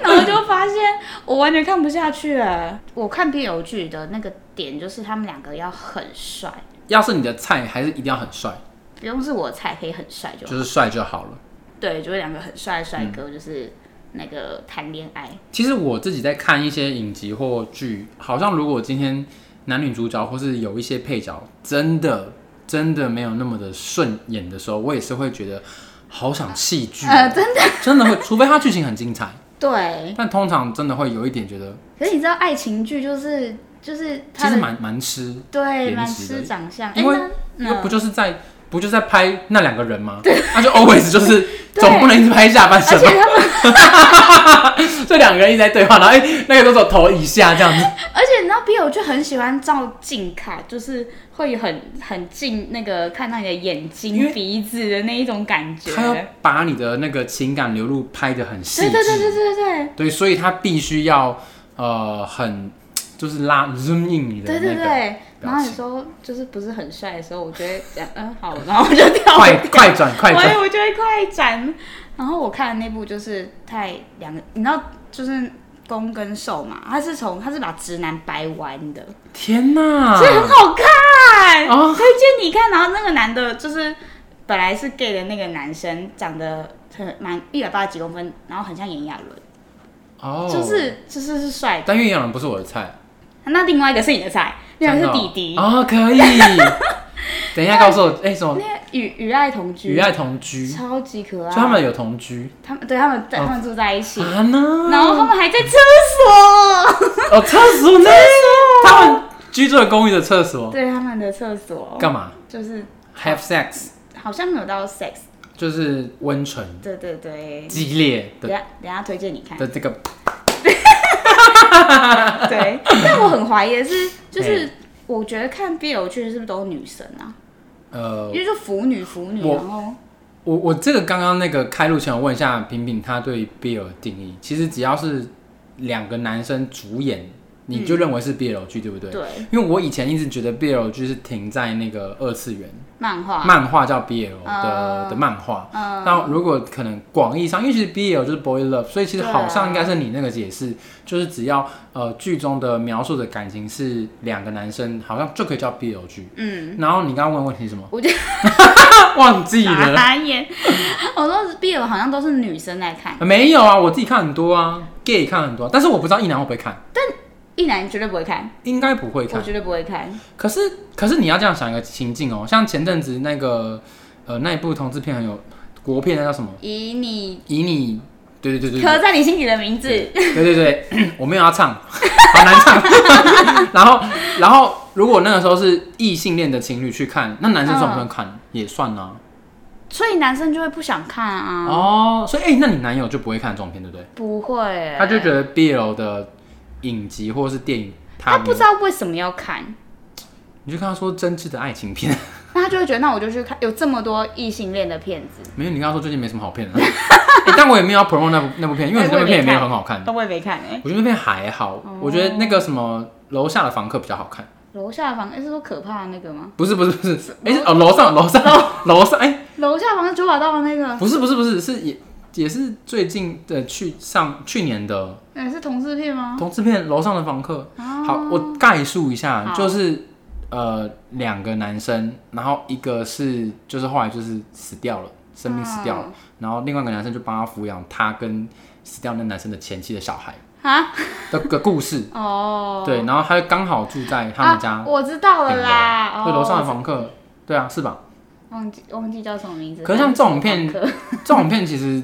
Speaker 1: 然后就发现我完全看不下去了。我看 BL 剧的那个点就是他们两个要很帅，
Speaker 2: 要是你的菜，还是一定要很帅，
Speaker 1: 不用是我菜，可以很帅就好。
Speaker 2: 就是帅就嗯好了。
Speaker 1: 对，就是两个很帅的帅哥，就是那个谈恋爱，
Speaker 2: 其实我自己在看一些影集或剧，好像如果今天男女主角或是有一些配角真的真的没有那么的顺眼的时候，我也是会觉得好想 弃剧哦、
Speaker 1: 呃，真的
Speaker 2: 真的会，除非他剧情很精彩，
Speaker 1: 对。
Speaker 2: 但通常真的会有一点觉得，
Speaker 1: 可是你知道爱情剧就是就是
Speaker 2: 其
Speaker 1: 他
Speaker 2: 实
Speaker 1: 的
Speaker 2: 蛮蛮吃，
Speaker 1: 对
Speaker 2: 颜
Speaker 1: 蛮
Speaker 2: 值的
Speaker 1: 吃长相，
Speaker 2: 因为
Speaker 1: 哎那
Speaker 2: 那
Speaker 1: 嗯
Speaker 2: 不就是在不就是在拍那两个人吗？那就 always 就是
Speaker 1: 对
Speaker 2: 总不能一直拍下半
Speaker 1: 而
Speaker 2: 身
Speaker 1: 且
Speaker 2: 吧？
Speaker 1: 他们，
Speaker 2: 这两个人一直在对话，然后哎、那个都走头以下这样子，
Speaker 1: 而且你知道 BL 就很喜欢照近看，就是会很很近那个看到你的眼
Speaker 2: 因
Speaker 1: 睛、
Speaker 2: 为
Speaker 1: 鼻子的那一种感觉。
Speaker 2: 他要把你的那个情感流露拍的很细
Speaker 1: 对
Speaker 2: 致，
Speaker 1: 对对对对对
Speaker 2: 对所以他必须要呃很就是拉 zoom in 你的
Speaker 1: 对对对
Speaker 2: 那个
Speaker 1: 对。
Speaker 2: 表情
Speaker 1: 然后你说就是不是很帅的时候，我觉得这样嗯好，然后我就跳
Speaker 2: 快快转快
Speaker 1: 我
Speaker 2: 转，
Speaker 1: 也我就会快转。然后我看的那部就是太两个，你知道就是攻跟受嘛，他是从他是把直男掰弯的。
Speaker 2: 天哪！
Speaker 1: 所以很好看，
Speaker 2: 啊哦
Speaker 1: 推荐你看。然后那个男的，就是本来是 gay 的那个男生，长得很蛮一百八十几公分，然后很像炎亚纶，
Speaker 2: 哦，
Speaker 1: 就是就是是帅的。
Speaker 2: 但岳阳人不是我的菜，
Speaker 1: 那另外一个是你的菜，另外一
Speaker 2: 真
Speaker 1: 个
Speaker 2: 的
Speaker 1: 是
Speaker 2: 哦
Speaker 1: 弟弟，
Speaker 2: 哦， 可以。等一下告诉我，哎、什么
Speaker 1: 那个啊与与爱同居，
Speaker 2: 与爱同居？就
Speaker 1: 超级可爱。
Speaker 2: 他们有同居
Speaker 1: 他们对他们他们住在一起，
Speaker 2: 啊呢？
Speaker 1: 然后他们还在厕所，
Speaker 2: 哦，厕所呢？他们居住的公寓的厕所
Speaker 1: 对他们的厕所，
Speaker 2: 干嘛
Speaker 1: 就是
Speaker 2: ？Have sex
Speaker 1: 好像没有到 sex，
Speaker 2: 就是温存
Speaker 1: 对对对。
Speaker 2: 激烈
Speaker 1: 等
Speaker 2: 的
Speaker 1: 下等下推荐你看。
Speaker 2: 的这个，
Speaker 1: 对，但我很怀疑的是，就是我觉得看 BL 剧是不是都是女生啊？
Speaker 2: 呃
Speaker 1: 因，为就腐女腐女，
Speaker 2: 我
Speaker 1: 然后
Speaker 2: 我我这个刚刚那个开录前，我问一下平平他对 BL 的定义，其实只要是两个男生主演，你就认为是 BL 剧，对不对？
Speaker 1: 对
Speaker 2: 因为我以前一直觉得 BL 剧是停在那个二次元，
Speaker 1: 漫画，
Speaker 2: 漫画叫 BL 的、
Speaker 1: 嗯
Speaker 2: 的漫画。
Speaker 1: 嗯，
Speaker 2: 那如果可能广义上，因为其实 BL 就是 boy love，所以其实
Speaker 1: 对啊
Speaker 2: 好像应该是你那个解释，就是只要呃剧中的描述的感情是两个男生，好像就可以叫 BL 剧。
Speaker 1: 嗯，
Speaker 2: 然后你刚刚问的问题是什么？
Speaker 1: 我觉
Speaker 2: 忘记了、
Speaker 1: 傻眼， 我说 BL 好像都是女生在看，
Speaker 2: 呃没有啊，我自己看很多啊，gay 看很多啊、但是我不知道一男会不会看，
Speaker 1: 一男绝对不会看，
Speaker 2: 应该不会看
Speaker 1: 我。绝对不会看，
Speaker 2: 可是可是你要这样想一个情境哦，像前阵子那个呃那一部同志片很有国片，那叫什么？
Speaker 1: 以你
Speaker 2: 以你对对对对对
Speaker 1: 刻在你心底的名字，
Speaker 2: 对对对， 我没有要唱， 好难唱。 然后然后如果那个时候是异性恋的情侣去看，那男生算不算看？也算啊。
Speaker 1: 所以男生就会不想看啊，
Speaker 2: 哦，所以哎、那你男友就不会看这种片，对不对？
Speaker 1: 不会，
Speaker 2: 他就觉得 BL 的影集或者是电影，
Speaker 1: 他
Speaker 2: 没
Speaker 1: 不知道为什么要看。
Speaker 2: 你就跟他说真挚的爱情片，
Speaker 1: 那他就会觉得，那我就去看有这么多异性恋的片子，
Speaker 2: 没有，你跟他说最近没什么好片 的、欸但我也没有要 promo 那部那部片，因为
Speaker 1: 哎
Speaker 2: 那部
Speaker 1: 我也没
Speaker 2: 片也没有很好看。
Speaker 1: 都我也没哦看哎、
Speaker 2: 我觉得那片还好，我觉得那个什么楼下的房客比较好看。
Speaker 1: 楼下的房，哎、是说可怕的那个吗？
Speaker 2: 不是不是不是，哎、是哦楼上楼上楼上哎、啊
Speaker 1: 楼下房是九把刀的那个，
Speaker 2: 不是不是不是是也也是最近的去上去年的
Speaker 1: 那哎是同事片吗？
Speaker 2: 同志片《楼上的房客》。好，我概述一下，
Speaker 1: 啊好
Speaker 2: 就是呃两个男生，然后一个是就是后来就是死掉了，生病死掉
Speaker 1: 哎
Speaker 2: 了，然后另外一个男生就帮他抚养他跟死掉那男生的前妻的小孩
Speaker 1: 啊，
Speaker 2: 的个故事。
Speaker 1: 哦，
Speaker 2: 对，然后他就刚好住在他们家
Speaker 1: 啊，我知道了啦，
Speaker 2: 就
Speaker 1: 哦
Speaker 2: 啊楼上的房客，对啊，是吧？
Speaker 1: 忘记忘记叫什么名字。
Speaker 2: 可是像这种片
Speaker 1: 但是
Speaker 2: 这种片其实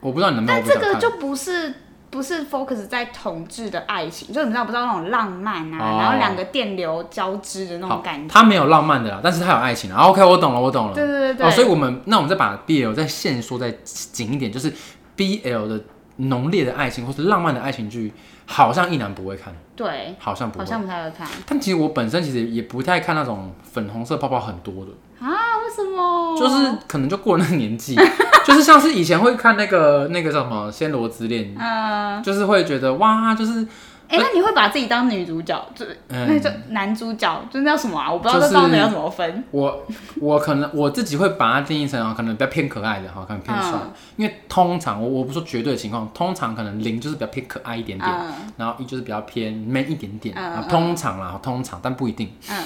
Speaker 2: 我不知道你能不能
Speaker 1: 但
Speaker 2: 不想
Speaker 1: 这
Speaker 2: 看，
Speaker 1: 个就不是不是 focus 在同志的爱情，就你知道不知道那种浪漫啊，
Speaker 2: 哦
Speaker 1: 然后两个电流交织的那种
Speaker 2: 好
Speaker 1: 感，觉。
Speaker 2: 他没有浪漫的啦，但是他有爱情啦。啊 OK，我懂了，我懂了。
Speaker 1: 对对对对，
Speaker 2: 哦，所以我们那我们再把 BL 再限缩再紧一点，就是 BL 的浓烈的爱情或是浪漫的爱情剧，好像一男不会看，
Speaker 1: 对，
Speaker 2: 好像不
Speaker 1: 好
Speaker 2: 会。
Speaker 1: 像不太会看
Speaker 2: 但其实我本身其实也不太看那种粉红色泡泡很多的，
Speaker 1: 啊？为什么？
Speaker 2: 就是可能就过了那个年纪， 就是像是以前会看那个那个叫什么《暹罗之恋》，
Speaker 1: 嗯，
Speaker 2: 就是会觉得哇，就是
Speaker 1: 哎，那你会把自己当女主角，就那
Speaker 2: 嗯，
Speaker 1: 就男主角，就那叫什么啊？我不知道
Speaker 2: 就
Speaker 1: 这
Speaker 2: 是
Speaker 1: 到底要怎么分。
Speaker 2: 我我可能我自己会把它定义成啊，可能比较偏可爱的哦哈，可能偏帅，
Speaker 1: 嗯
Speaker 2: 因为通常我我不说绝对的情况，通常可能零就是比较偏可爱一点点，
Speaker 1: 嗯
Speaker 2: 然后一就是比较偏 man 一点点，
Speaker 1: 嗯
Speaker 2: 啊通常啦，通常但不一定。
Speaker 1: 嗯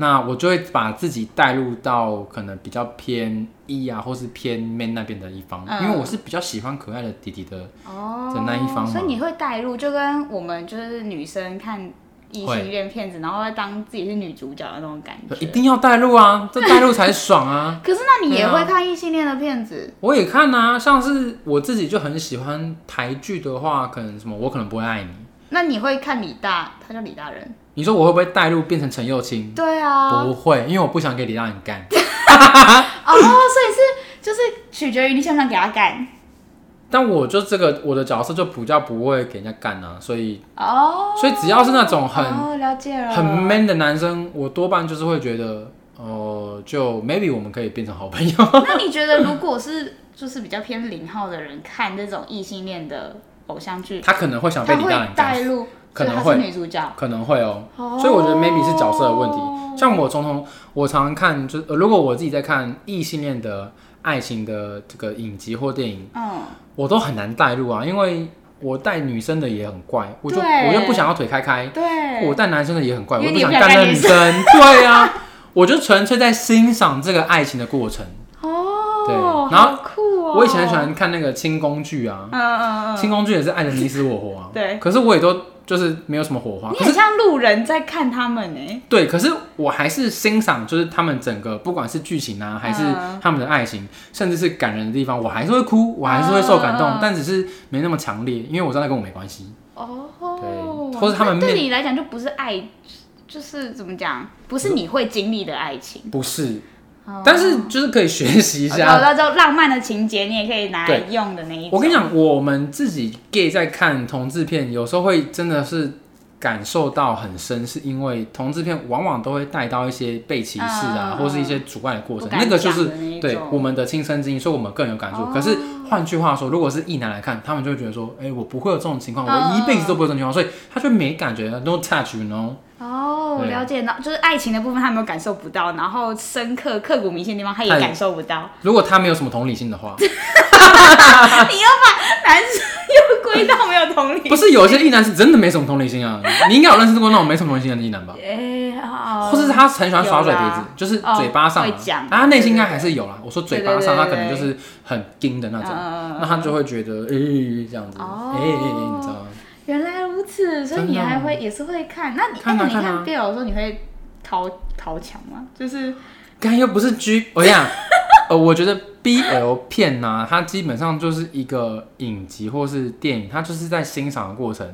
Speaker 2: 那我就会把自己带入到可能比较偏 E 啊，或是偏 man 那边的一方，
Speaker 1: 嗯
Speaker 2: 因为我是比较喜欢可爱的弟弟的。
Speaker 1: 哦
Speaker 2: 的那一方嘛
Speaker 1: 所以你会带入，就跟我们就是女生看异性恋片子，然后会当自己是女主角的那种感觉。
Speaker 2: 一定要带入啊，这带入才爽啊！
Speaker 1: 可是那你也
Speaker 2: 对啊
Speaker 1: 会看异性恋的片子？
Speaker 2: 我也看啊，像是我自己就很喜欢台剧的话，可能什么我可能不会爱你，
Speaker 1: 那你会看李大，他叫李大人。
Speaker 2: 你说我会不会带入变成陈幼卿？
Speaker 1: 对啊，哦，
Speaker 2: 嗯不会，因为我不想给李大人干。
Speaker 1: 所以是就是取决于你想不想给他干
Speaker 2: 但我就这个我的角色就比较不会给人家干啊，所以
Speaker 1: 哦。
Speaker 2: 所以只要是那种很
Speaker 1: 哦，了解了，
Speaker 2: 很 man 的男生，我多半就是会觉得，呃，就 maybe 我们可以变成好朋友。
Speaker 1: 那你觉得如果是就是比较偏零号的人看这种异性恋的偶像剧，
Speaker 2: 他可能会想被
Speaker 1: 他
Speaker 2: 李大
Speaker 1: 会
Speaker 2: 人干，
Speaker 1: 带入，
Speaker 2: 可能
Speaker 1: 所以
Speaker 2: 会
Speaker 1: 她是女主角。
Speaker 2: 可能会哦。
Speaker 1: 哦
Speaker 2: 所以我觉得 maybe 是角色的问题。像我从头，我常常看，就、呃、如果我自己在看异性恋的爱情的这个影集或电影，
Speaker 1: 嗯，
Speaker 2: 我都很难带入啊，因为我带女生的也很怪，我就
Speaker 1: 对
Speaker 2: 我就不想要腿开开，
Speaker 1: 对，
Speaker 2: 我带男生的也很怪，我
Speaker 1: 因为
Speaker 2: 不
Speaker 1: 你
Speaker 2: 想
Speaker 1: 不想
Speaker 2: 干那
Speaker 1: 干
Speaker 2: 女
Speaker 1: 女
Speaker 2: 生， 对啊，我就纯粹在欣赏这个爱情的过程。
Speaker 1: 哦，
Speaker 2: 对然
Speaker 1: 好
Speaker 2: 后
Speaker 1: 酷哦！
Speaker 2: 我以前很喜，欢看那个清宫剧啊，
Speaker 1: 嗯嗯嗯，
Speaker 2: 清宫剧也是爱的你死我活啊，
Speaker 1: 对
Speaker 2: 可是我也都就是没有什么火花，
Speaker 1: 你
Speaker 2: 可
Speaker 1: 很
Speaker 2: 是
Speaker 1: 像路人在看他们哎，
Speaker 2: 对，可是我还是欣赏，就是他们整个不管是剧情啊，还是
Speaker 1: 嗯
Speaker 2: 他们的爱情，甚至是感人的地方，我还是会哭，我还是会受感动
Speaker 1: 嗯，
Speaker 2: 但只是没那么强烈，因为我知道那跟我没关系。
Speaker 1: 哦，
Speaker 2: 对或是他们
Speaker 1: 那对
Speaker 2: 面
Speaker 1: 你来讲就不是爱，就是怎么讲，不是你会经历的爱情。
Speaker 2: 不是，
Speaker 1: 哦
Speaker 2: 但是就是可以学习一
Speaker 1: 然后
Speaker 2: 下。
Speaker 1: 那种浪漫的情节，你也可以拿来
Speaker 2: 啊对
Speaker 1: 用的那一种。
Speaker 2: 我跟你讲，我们自己 gay 在看同志片，有时候会真的是感受到很深，是因为同志片往往都会带到一些被歧视
Speaker 1: 嗯
Speaker 2: 啊，或是一些阻碍的过
Speaker 1: 不
Speaker 2: 程，
Speaker 1: 敢讲
Speaker 2: 那个
Speaker 1: 的
Speaker 2: 就
Speaker 1: 那
Speaker 2: 是
Speaker 1: 一种
Speaker 2: 对我们的亲身经历，所以我们更有感触。
Speaker 1: 哦
Speaker 2: 可是换句话说，如果是异男来看，他们就会觉得说，哎、我不会有这种情况，
Speaker 1: 嗯
Speaker 2: 我一辈子都不会有这种情况，所以他就没感觉，no touch，you know。
Speaker 1: 哦，
Speaker 2: 对啊
Speaker 1: 了解到，就是爱情的部分他没有感受不到，然后深刻刻骨铭心的地方他也
Speaker 2: 他也
Speaker 1: 感受不到。
Speaker 2: 如果他没有什么同理心的 话，
Speaker 1: 你要把男生又归到没有同理
Speaker 2: 不，是有些异男是真的没什么同理心啊。你应该有认识过那种没什么同理心的异男吧？
Speaker 1: 哎，哦
Speaker 2: 或是他很喜欢耍嘴皮子
Speaker 1: 有啦，
Speaker 2: 就是嘴巴上
Speaker 1: 哦
Speaker 2: 啊
Speaker 1: 会讲，
Speaker 2: 但他内心应该还是有啦。我说嘴巴上，
Speaker 1: 对对对
Speaker 2: 他可能就是很硬的那种，
Speaker 1: 嗯
Speaker 2: 那他就会觉得诶这样子，
Speaker 1: 哦
Speaker 2: 诶诶诶，你知道吗？
Speaker 1: 原来如此，所以
Speaker 2: 真
Speaker 1: 你
Speaker 2: 的
Speaker 1: 还会也是会看？那你哎
Speaker 2: 看啊
Speaker 1: 那你
Speaker 2: 看啊
Speaker 1: 看 BL 的时候，你会掏掏墙吗？就是
Speaker 2: 刚又不是 G，我跟你讲，呃，我觉得 BL 片呐、它基本上就是一个影集或是电影，它就是在欣赏的过程。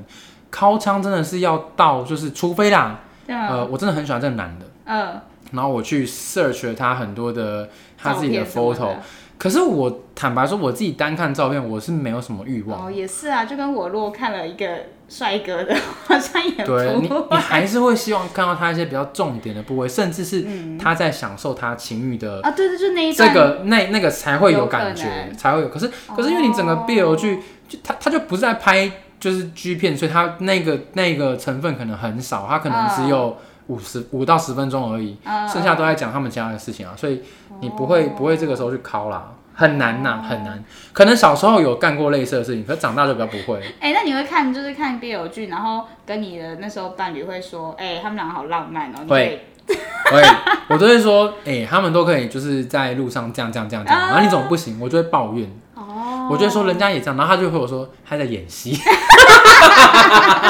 Speaker 2: 靠枪真的是要到，就是除非啦，
Speaker 1: 这样，
Speaker 2: 呃，我真的很喜欢这个男的，
Speaker 1: 嗯，
Speaker 2: 然后我去 search 了他很多的他自己的
Speaker 1: 照片什么
Speaker 2: photo，可是我坦白说，我自己单看照片，我是没有什么欲望。
Speaker 1: 哦，也是啊，就跟我若看了一个帅哥的，好像也不
Speaker 2: 对你，你
Speaker 1: 会。
Speaker 2: 还是会希望看到他一些比较重点的部位，甚至是他在享受他情欲的
Speaker 1: 啊，对对，就嗯那一
Speaker 2: 这
Speaker 1: 段，哦
Speaker 2: 个那那个才会有感
Speaker 1: 有可
Speaker 2: 觉，
Speaker 1: 能
Speaker 2: 才会有。可是可是因为你整个 BL 剧，就他他就不是在拍就是 G 片，所以他那个那个成分可能很少，他可能只有五十五到十分钟而已，
Speaker 1: 嗯哦
Speaker 2: 剩下都在讲他们家的事情啊，所以你不会不会这个时候去敲啦。很难呐、很难。可能小时候有干过类似的事情，可是长大就比较不会。
Speaker 1: 哎、那你会看就是看 BL 剧，然后跟你的那时候伴侣会说，哎、他们两个好浪漫哦、你
Speaker 2: 会 所以我都会说，哎、他们都可以就是在路上这样这样这样这样，然后你怎么不行？我就会抱怨，
Speaker 1: 哦，
Speaker 2: 我就会说人家也这样，然后他就会回我说他在演戏，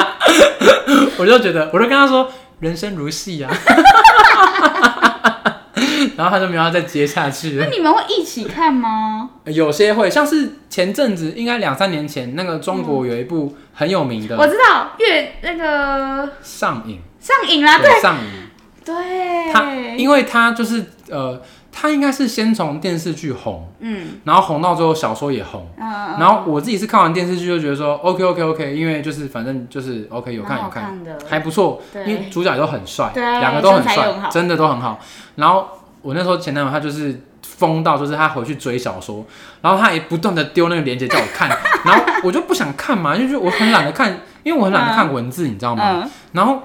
Speaker 2: 我就觉得，我就跟他说人生如戏啊， 然后他就没有要再接下去
Speaker 1: 那
Speaker 2: 了。
Speaker 1: 你们会一起看吗？
Speaker 2: 有些会像是前阵子，应该两三年前，那个中国有一部很有名的
Speaker 1: 嗯我知道，越那个
Speaker 2: 《上瘾
Speaker 1: 上瘾》，啊啦，对
Speaker 2: 对，《上瘾》。他
Speaker 1: 对，
Speaker 2: 因为他就是呃，他应该是先从电视剧红，
Speaker 1: 嗯
Speaker 2: 然后红到最后小说也红。
Speaker 1: 嗯嗯，
Speaker 2: 然后我自己是看完电视剧就觉得说 OK OK OK，因为就是反正就是 OK 有看
Speaker 1: 蛮
Speaker 2: 有
Speaker 1: 好
Speaker 2: 看，
Speaker 1: 看的，
Speaker 2: 还不错，因为
Speaker 1: 对，
Speaker 2: 主角都很帅，
Speaker 1: 对
Speaker 2: 两个都很
Speaker 1: 身材
Speaker 2: 帅
Speaker 1: 又很，好
Speaker 2: 真的都很好。然后我那时候前男友他就是疯到就是他回去追小说，然后他也不断的丢那个链接叫我 看，然后我就不想看嘛，就是我很懒得看，因为我很懒得看文字，你知道吗？
Speaker 1: 嗯，
Speaker 2: 然后。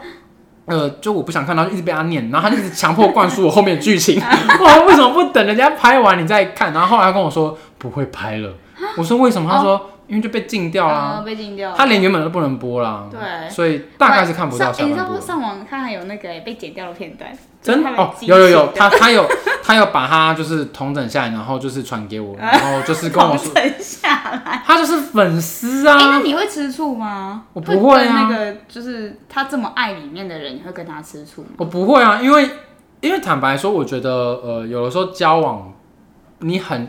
Speaker 2: 呃，就我不想看，然后就一直被他念，然后他就一直强迫灌输我后面的剧情。 哇，为什么不等人家拍完你再看？然后后来他跟我说不会拍了，我说为什
Speaker 1: 哦
Speaker 2: 么？他说、因为就被禁
Speaker 1: 嗯
Speaker 2: 掉啦，
Speaker 1: 被禁掉了，
Speaker 2: 他连原本都不能播啦，
Speaker 1: 对
Speaker 2: 所以大概是看不到下
Speaker 1: 上诶你
Speaker 2: 半
Speaker 1: 知道
Speaker 2: 部
Speaker 1: 不
Speaker 2: 了。
Speaker 1: 上网看还有那个诶被剪掉的片段，
Speaker 2: 真
Speaker 1: 就是他们
Speaker 2: 哦，
Speaker 1: 机器
Speaker 2: 有有有，
Speaker 1: 的
Speaker 2: 他他有 他有把他就是统整下来，然后就是传给我，然后就是跟我说
Speaker 1: 统整下来。
Speaker 2: 他就是粉丝
Speaker 1: 哎、那
Speaker 2: 啊，
Speaker 1: 你会吃醋吗？
Speaker 2: 我不会
Speaker 1: 跟那
Speaker 2: 啊
Speaker 1: 个就是他这么爱里面的人，你会跟他吃醋吗？
Speaker 2: 我不会啊，因为因为坦白说，我觉得呃，有的时候交往你很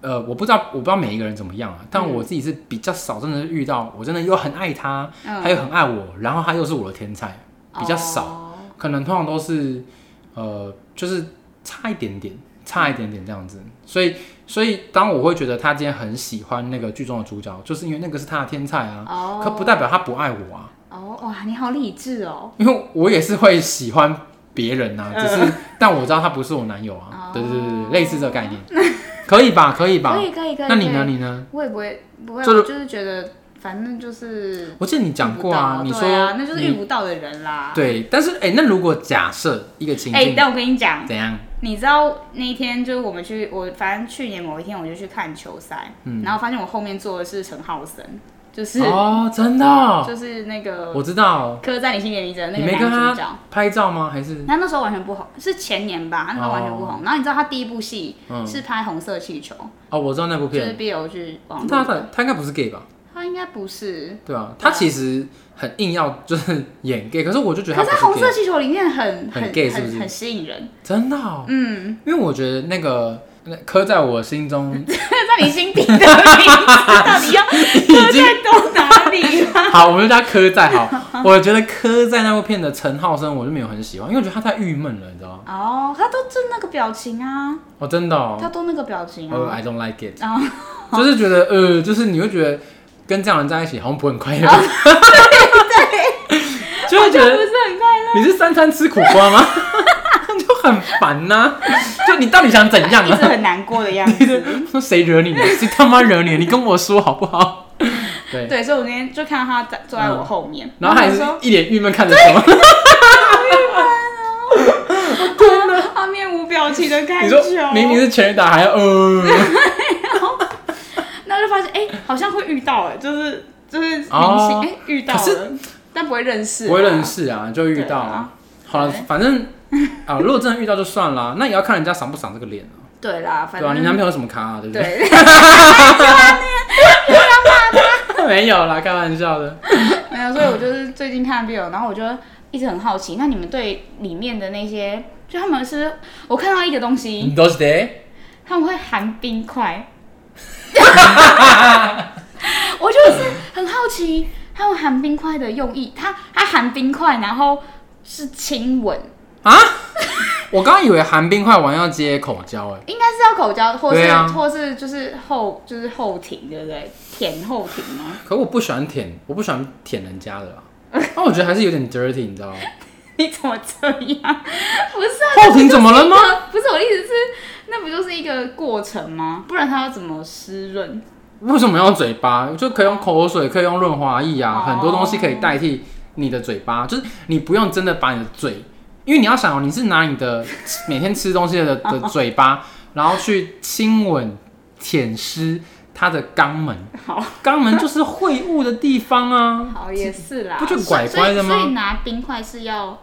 Speaker 2: 呃，我不知道我不知道每一个人怎么样啊，
Speaker 1: 嗯
Speaker 2: 但我自己是比较少，真的是遇到我真的又很爱他，
Speaker 1: 嗯
Speaker 2: 他又很爱我，然后他又是我的天才，比较少，
Speaker 1: 哦
Speaker 2: 可能通常都是呃，就是差一点点，差一点点这样子。所以，所以当我会觉得他今天很喜欢那个剧中的主角，就是因为那个是他的天才啊，
Speaker 1: 哦，
Speaker 2: 可不代表他不爱我啊，
Speaker 1: 哦哇，你好理智哦。
Speaker 2: 因为我也是会喜欢别人啊，只是但我知道他不是我男友啊
Speaker 1: 嗯哦，
Speaker 2: 对对对对，类似这个概念，可以吧？可以吧
Speaker 1: 可？以可以可以。
Speaker 2: 那你呢？
Speaker 1: 可以？
Speaker 2: 你呢？
Speaker 1: 我也不会不会，啊
Speaker 2: 就是
Speaker 1: 我就是觉得反正就是
Speaker 2: 我记得你讲过啊，
Speaker 1: 遇
Speaker 2: 你
Speaker 1: 不到
Speaker 2: 说
Speaker 1: 对啊，那就是遇
Speaker 2: 你
Speaker 1: 不到的人啦。。
Speaker 2: 对，但是哎，那如果假设一个情
Speaker 1: 哎、
Speaker 2: 境
Speaker 1: 但我跟你讲，
Speaker 2: 怎样？
Speaker 1: 你知道那一天就是我们去，我反正去年某一天我就去看球赛，
Speaker 2: 嗯
Speaker 1: 然后发现我后面坐的是陈浩森，就是、
Speaker 2: 哦，真的哦，
Speaker 1: 就是那个
Speaker 2: 我知道。
Speaker 1: 刻在你心底里的那
Speaker 2: 你
Speaker 1: 个
Speaker 2: 没跟
Speaker 1: 男主角
Speaker 2: 他。拍照吗？还是
Speaker 1: 他那时候完全不红，是前年吧？他那时候完全不红。然后你知道他第一部戏
Speaker 2: 哦嗯
Speaker 1: 是拍《红色气球》
Speaker 2: 哦，我知道那部
Speaker 1: 就
Speaker 2: 片
Speaker 1: 是，BL 剧网
Speaker 2: 那
Speaker 1: 络
Speaker 2: 他
Speaker 1: 的。
Speaker 2: 他应该不是 gay 吧？
Speaker 1: 他应该不是，
Speaker 2: 对啊，他其实很硬要就是演 gay，可是我就觉得
Speaker 1: 可
Speaker 2: 他
Speaker 1: 是《红
Speaker 2: 不是
Speaker 1: 色
Speaker 2: gay，
Speaker 1: 气球》里面很
Speaker 2: 很
Speaker 1: 很
Speaker 2: gay 是不是
Speaker 1: 很很吸引人，
Speaker 2: 真的哦，
Speaker 1: 嗯，
Speaker 2: 因为我觉得那个那刻在我心中
Speaker 1: 在你心底的名字到底要
Speaker 2: 已
Speaker 1: 刻
Speaker 2: 经
Speaker 1: 在到哪里了？
Speaker 2: 好，我们就叫他刻在好。我觉得刻在那部片的陈浩生我就没有很喜欢，因为我觉得他太郁闷了，你知道 吗？
Speaker 1: 哦，他都就那个表情啊，
Speaker 2: 哦，真的
Speaker 1: 他
Speaker 2: 哦，
Speaker 1: 都那个表情
Speaker 2: 呃
Speaker 1: 啊，
Speaker 2: ，I don't like it，
Speaker 1: 哦
Speaker 2: 就是觉得呃，就是你会觉得跟这样的人在一起好像不会很快
Speaker 1: 哦
Speaker 2: 乐，就会觉
Speaker 1: 不
Speaker 2: 得呃
Speaker 1: 是很快乐，
Speaker 2: 你是三餐吃苦瓜吗？ 就很烦呐、就你到底想怎样
Speaker 1: 一直
Speaker 2: 啊？
Speaker 1: 很难过的样子。
Speaker 2: 说谁惹 你了？谁他妈惹你了？你跟我说好不好？对，
Speaker 1: 对，所以我那天就看到他在坐在我后面，
Speaker 2: 嗯然后
Speaker 1: 我
Speaker 2: 还是
Speaker 1: 说
Speaker 2: 一脸郁闷看着我。
Speaker 1: 他哦面无表情的哦看
Speaker 2: 你
Speaker 1: 球，
Speaker 2: 说明明是全垒打，还要呃，
Speaker 1: 那就发现哎、好像会遇到哎、就是就是明星哎、
Speaker 2: 哦
Speaker 1: 遇到
Speaker 2: 可
Speaker 1: 了，但不会认识，
Speaker 2: 不会认，识啊，就遇
Speaker 1: 对
Speaker 2: 到
Speaker 1: 啊。
Speaker 2: 好了，
Speaker 1: 对
Speaker 2: 反正 啊，如果真的遇到就算了，那也要看人家赏不赏这个脸啊，
Speaker 1: 对啦，反
Speaker 2: 对吧、
Speaker 1: 正
Speaker 2: 你男朋友有什么咖、啊，对不对？
Speaker 1: 对，
Speaker 2: 没有啦，开玩笑的。
Speaker 1: 没有，所以我就是最近看 Bill，然后我就一直很好奇，那你们对里面的那些，就他们是我看到一个东西，
Speaker 2: 你都是得
Speaker 1: 他们会含冰 块，我就是很好奇他们含冰块的用意，他他含冰块，然后是亲吻。
Speaker 2: 啊？我刚刚以为寒冰块完要接口交、欸，
Speaker 1: 应该是要口交，或
Speaker 2: 对
Speaker 1: 是、
Speaker 2: 啊
Speaker 1: 或是就是后就是后庭，对不对？舔后庭吗？
Speaker 2: 可我不喜欢舔，我不喜欢舔人家的啦。那我觉得还是有点 dirty，你知道吗？
Speaker 1: 你怎么这样？不是啊，
Speaker 2: 后庭怎么了吗？
Speaker 1: 那不是我的意思是，那不就是一个过程吗？不然它要怎么湿润？
Speaker 2: 为什么要嘴巴？就可以用口水，可以用润滑液啊，
Speaker 1: 哦
Speaker 2: 很多东西可以代替你的嘴巴，就是你不用真的把你的嘴，因为你要想哦， 你是拿你的每天吃东西的的嘴巴，然后去亲吻舔湿他的肛门，
Speaker 1: 好
Speaker 2: 肛门就是会物的地方啊。
Speaker 1: 好也是啦，
Speaker 2: 不就拐
Speaker 1: 所以
Speaker 2: 拐的吗
Speaker 1: 所以所以拿冰块是要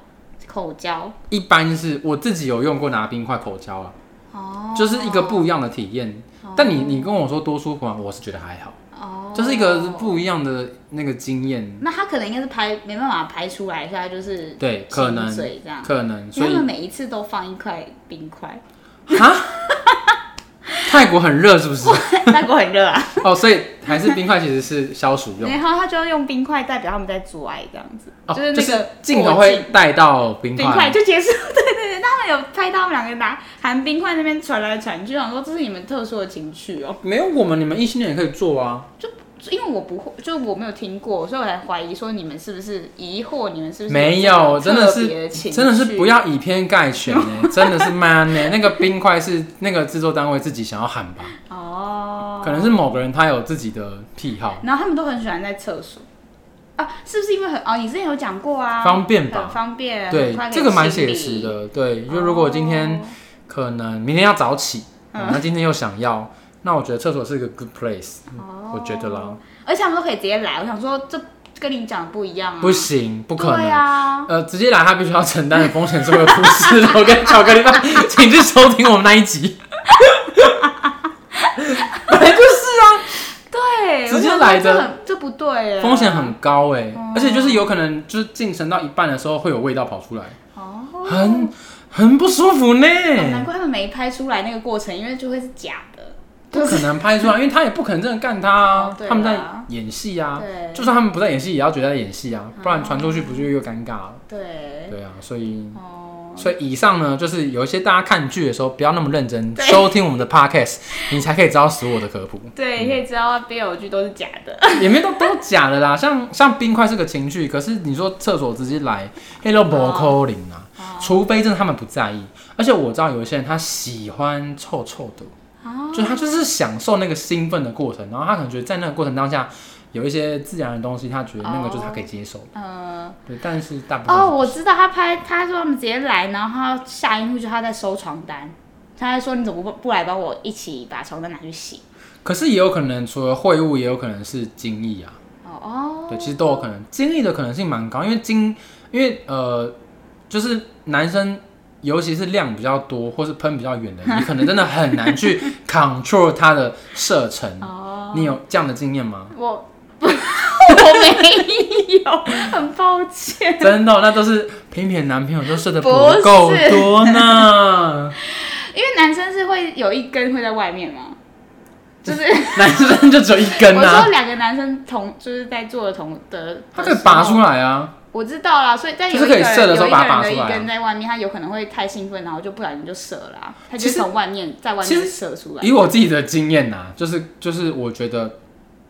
Speaker 1: 口交
Speaker 2: 一般是我自己有用过拿冰块口交啊，
Speaker 1: 哦，
Speaker 2: 就是一个不一样的体验。但你你跟我说多舒服啊，我是觉得还好，
Speaker 1: 哦，
Speaker 2: 就是一个不一样的那个经验。
Speaker 1: 那他可能应该是排没办法排出来，所以他就是
Speaker 2: 对，可能
Speaker 1: 清水这样。
Speaker 2: 可能，
Speaker 1: 因
Speaker 2: 所
Speaker 1: 为
Speaker 2: 以
Speaker 1: 他们每一次都放一块冰块，
Speaker 2: 泰国很热是不是？
Speaker 1: 泰国很热啊，
Speaker 2: 哦，所以还是冰块其实是消暑 用。
Speaker 1: 然后他就要用冰块代表他们在做爱这样子，
Speaker 2: 哦，
Speaker 1: 是
Speaker 2: 就
Speaker 1: 那
Speaker 2: 是
Speaker 1: 个
Speaker 2: 镜头
Speaker 1: 过
Speaker 2: 会带到冰
Speaker 1: 冰块
Speaker 2: 块，
Speaker 1: 就结束。 对对对，那他们有拍到他们两个拿含冰块那边传来传去，我想说这是你们特殊的情趣哦、
Speaker 2: 没有我们你们异性恋也可以做啊。
Speaker 1: 就因为我不会，就我没有听过，所以我才怀疑说你们是不是疑惑，你们是不是
Speaker 2: 没
Speaker 1: 有
Speaker 2: 有，
Speaker 1: 这种
Speaker 2: 真的
Speaker 1: 特别
Speaker 2: 是
Speaker 1: 情
Speaker 2: 真的是
Speaker 1: 趣
Speaker 2: 不要以偏概全 呢、真的是 man 呢、那个冰块是那个制作单位自己想要喊吧，
Speaker 1: 哦。
Speaker 2: 可能是某个人他有自己的癖好，
Speaker 1: 然后他们都很喜欢在厕所啊，是不是因为很哦？你之前有讲过啊，
Speaker 2: 方便吧
Speaker 1: 很方便，
Speaker 2: 对
Speaker 1: 很快，可以
Speaker 2: 这个蛮
Speaker 1: 清
Speaker 2: 写
Speaker 1: 理
Speaker 2: 实。的。对，就如果今天
Speaker 1: 哦
Speaker 2: 可能明天要早起，嗯那今天又想要，那我觉得厕所是一个 good place，
Speaker 1: 哦
Speaker 2: 我觉得啦，
Speaker 1: 而且他们都可以直接来，我想说这跟你讲的不一样啊，
Speaker 2: 不行，不可
Speaker 1: 对
Speaker 2: 能。
Speaker 1: 啊，
Speaker 2: 呃，直接来，他必须要承担的风险是会有 出事的。我跟巧克力爸，请去收听我们那一集。
Speaker 1: 哎啊
Speaker 2: 本来就是
Speaker 1: 对，
Speaker 2: 直接
Speaker 1: 我想说
Speaker 2: 来的
Speaker 1: 这很这不对耶，
Speaker 2: 啊，风险很高哎、
Speaker 1: 哦
Speaker 2: 而且就是有可能就是进程到一半的时候会有味道跑出来，
Speaker 1: 哦。
Speaker 2: 很很不舒服呢。
Speaker 1: 难怪他们没拍出来那个过程，因为就会是假的。
Speaker 2: 不可能拍出来，因为他也不可能真的干他啊
Speaker 1: 哦，对啦
Speaker 2: 他们在演戏啊，
Speaker 1: 对
Speaker 2: 就算他们不在演戏，也要觉得在演戏啊，不然传出去不就又尴尬了？
Speaker 1: 对，
Speaker 2: 对啊，所以
Speaker 1: 哦，
Speaker 2: 所以以上呢，就是有一些大家看剧的时候不要那么认真收听我们 的 podcast，你才可以知道所有的科普，
Speaker 1: 对，可以知道 BL 剧都是假的。
Speaker 2: 也没都都假的啦。像像冰块是个情绪，可是你说厕所直接来，hello
Speaker 1: 哦
Speaker 2: 不扣零啊，除非真的他们不在意。而且我知道有一些人他喜欢臭臭的，
Speaker 1: 哦
Speaker 2: 就他就是享受那个兴奋的过程，然后他可能觉得在那个过程当下有一些自然的东西，他觉得那个就是他可以接受的。
Speaker 1: 嗯，
Speaker 2: 对，但是大部分
Speaker 1: 哦，我知道他拍，他说他们直接来，然后他下一幕就是他在收床单，他还说你怎么不不来帮我一起把床单拿去洗？
Speaker 2: 可是也有可能除了会晤，也有可能是精液啊。
Speaker 1: 哦
Speaker 2: 对，其实都有可能，精益的可能性蛮高，因为精，因为呃，就是男生，尤其是量比较多或是喷比较远的，你可能真的很 难去 control 它的射程。
Speaker 1: 哦哦，
Speaker 2: 你有这样的经验吗？
Speaker 1: 我 我没有，很抱歉。
Speaker 2: 真的哦、那都是偏偏男朋友都射的不
Speaker 1: 不是
Speaker 2: 够 多呢。
Speaker 1: 因为男生是会有一根会在外面嘛，就是、
Speaker 2: 男生就只有一根
Speaker 1: 我
Speaker 2: 啊
Speaker 1: 说，两个男生同就是在做的同的，
Speaker 2: 他可以拔出
Speaker 1: 来。
Speaker 2: 来啊。
Speaker 1: 我知道啦，所以但有
Speaker 2: 就是
Speaker 1: 一个
Speaker 2: 可以射的时候把它拔
Speaker 1: 有一
Speaker 2: 出
Speaker 1: 个人
Speaker 2: 来啊
Speaker 1: 的一根在外面，他有可能会太兴奋，然后就不然就射了啊，他
Speaker 2: 其
Speaker 1: 就
Speaker 2: 实
Speaker 1: 从外面在外
Speaker 2: 其实
Speaker 1: 面射出来
Speaker 2: 以。我自己的经验呐、就是就是我觉得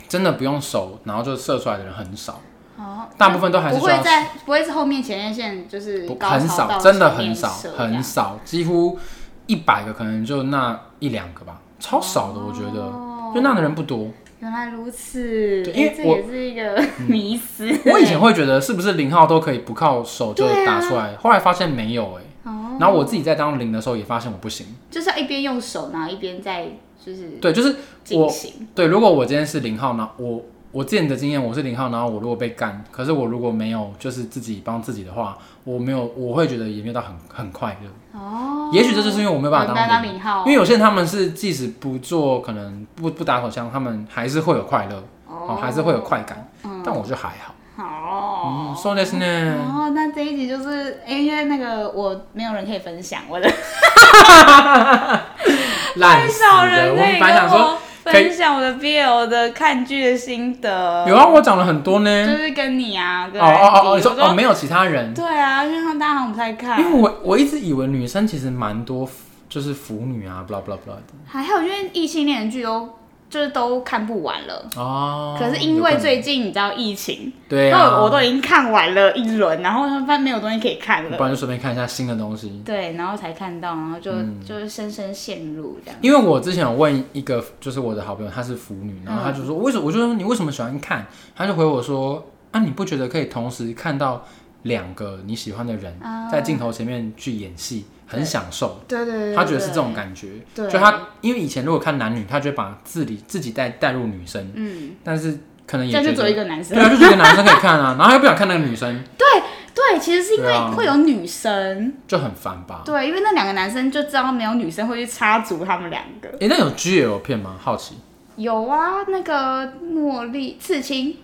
Speaker 2: 真的不用手，然后就射出来的人很少，
Speaker 1: 哦，
Speaker 2: 大部分都还是
Speaker 1: 不
Speaker 2: 需要
Speaker 1: 会在不会是后面前列腺就是
Speaker 2: 不
Speaker 1: 高
Speaker 2: 很
Speaker 1: 潮
Speaker 2: 少，
Speaker 1: 到
Speaker 2: 真的
Speaker 1: 前
Speaker 2: 很
Speaker 1: 面
Speaker 2: 少，
Speaker 1: 射这
Speaker 2: 很
Speaker 1: 样
Speaker 2: 少，几乎一百个可能就那一两个吧，超少的，我觉得。
Speaker 1: 哦
Speaker 2: 就那样的人不多，
Speaker 1: 原来如此，
Speaker 2: 对
Speaker 1: 哎
Speaker 2: 因为
Speaker 1: 这
Speaker 2: 我嗯
Speaker 1: 也是一个 迷思。
Speaker 2: 我以前会觉得是不是零号都可以不靠手就打出来，后来发现没有哎、
Speaker 1: 啊哦，
Speaker 2: 然后我自己在当零的时候也发现我不行，
Speaker 1: 就是要一边用手，然后一边在就是
Speaker 2: 对，就是
Speaker 1: 进
Speaker 2: 我
Speaker 1: 行。
Speaker 2: 对，如果我今天是零号呢，我我自己的经验我是零号，然后我如果被干，可是我如果没有就是自己帮自己的话，我没有，我会觉得也没有到很很快乐，
Speaker 1: 哦，
Speaker 2: 也许这就是因为我没有办法
Speaker 1: 哦你没有
Speaker 2: 当
Speaker 1: 当
Speaker 2: 零
Speaker 1: 零号
Speaker 2: 因为有些人他们是即使不做，可能不不打手枪，他们还是会有快乐，哦，还是会有快感，
Speaker 1: 嗯
Speaker 2: 但我就还好。
Speaker 1: 好哦
Speaker 2: 嗯，。说的是
Speaker 1: 然
Speaker 2: 呢，
Speaker 1: 后那这一集就是，哎因为那个我没有人可以分享我的，
Speaker 2: 烂
Speaker 1: 很
Speaker 2: 死
Speaker 1: 少
Speaker 2: 了。
Speaker 1: 人
Speaker 2: 我
Speaker 1: 可
Speaker 2: 们
Speaker 1: 以
Speaker 2: 本来
Speaker 1: 跟
Speaker 2: 想说
Speaker 1: 我
Speaker 2: 可以
Speaker 1: 分享我的 BL 的看剧的心得。
Speaker 2: 有啊，我讲了很多
Speaker 1: 就
Speaker 2: 呢。
Speaker 1: 是跟你啊，
Speaker 2: 哦
Speaker 1: 跟
Speaker 2: 哦哦，
Speaker 1: Andy，
Speaker 2: 你说
Speaker 1: 我
Speaker 2: 哦没有其他人，
Speaker 1: 对啊，因为他们大家好像不太看
Speaker 2: 因，为我我一直以为女生其实蛮多就是腐女啊，blah blah blah 的
Speaker 1: 还好，因为异性恋的剧都就是都看不完了。
Speaker 2: 哦。
Speaker 1: 可是因为最近你知道疫情，
Speaker 2: 对
Speaker 1: 那、
Speaker 2: 啊，
Speaker 1: 我都已经看完了一轮，然后他们发现没有东西可以看
Speaker 2: 不
Speaker 1: 了，
Speaker 2: 然就顺便看一下新的东西。
Speaker 1: 对，然后才看到，然后就、
Speaker 2: 嗯
Speaker 1: 就是深深陷入这样。
Speaker 2: 因为我之前有问一个，就是我的好朋友，她是腐
Speaker 1: 嗯
Speaker 2: 女，然后她就说，为什么？我就说你为什么喜欢看？她就回我说，啊，你不觉得可以同时看到两个你喜欢的人
Speaker 1: 啊
Speaker 2: 在镜头前面去演戏，很享受。
Speaker 3: 对对对，
Speaker 2: 他觉得是这种感觉，
Speaker 3: 对
Speaker 2: 就他因为以前如果看男女，他就会把自己自己带带入女生，
Speaker 1: 嗯，
Speaker 2: 但是可能也
Speaker 1: 这样
Speaker 2: 觉
Speaker 1: 就只有一
Speaker 2: 得。
Speaker 1: 个男生
Speaker 2: 对。啊，就觉得男生可以看啊，然后他又不想看那个女生，
Speaker 1: 对，其实是因
Speaker 2: 对
Speaker 1: 为
Speaker 2: 啊
Speaker 1: 会有女生，
Speaker 2: 就很烦吧？
Speaker 1: 对，因为那两个男生就知道没有女生会去插足他们两个。
Speaker 2: 哎、那有 GL 片吗？好奇，
Speaker 1: 有啊，那个茉莉刺青，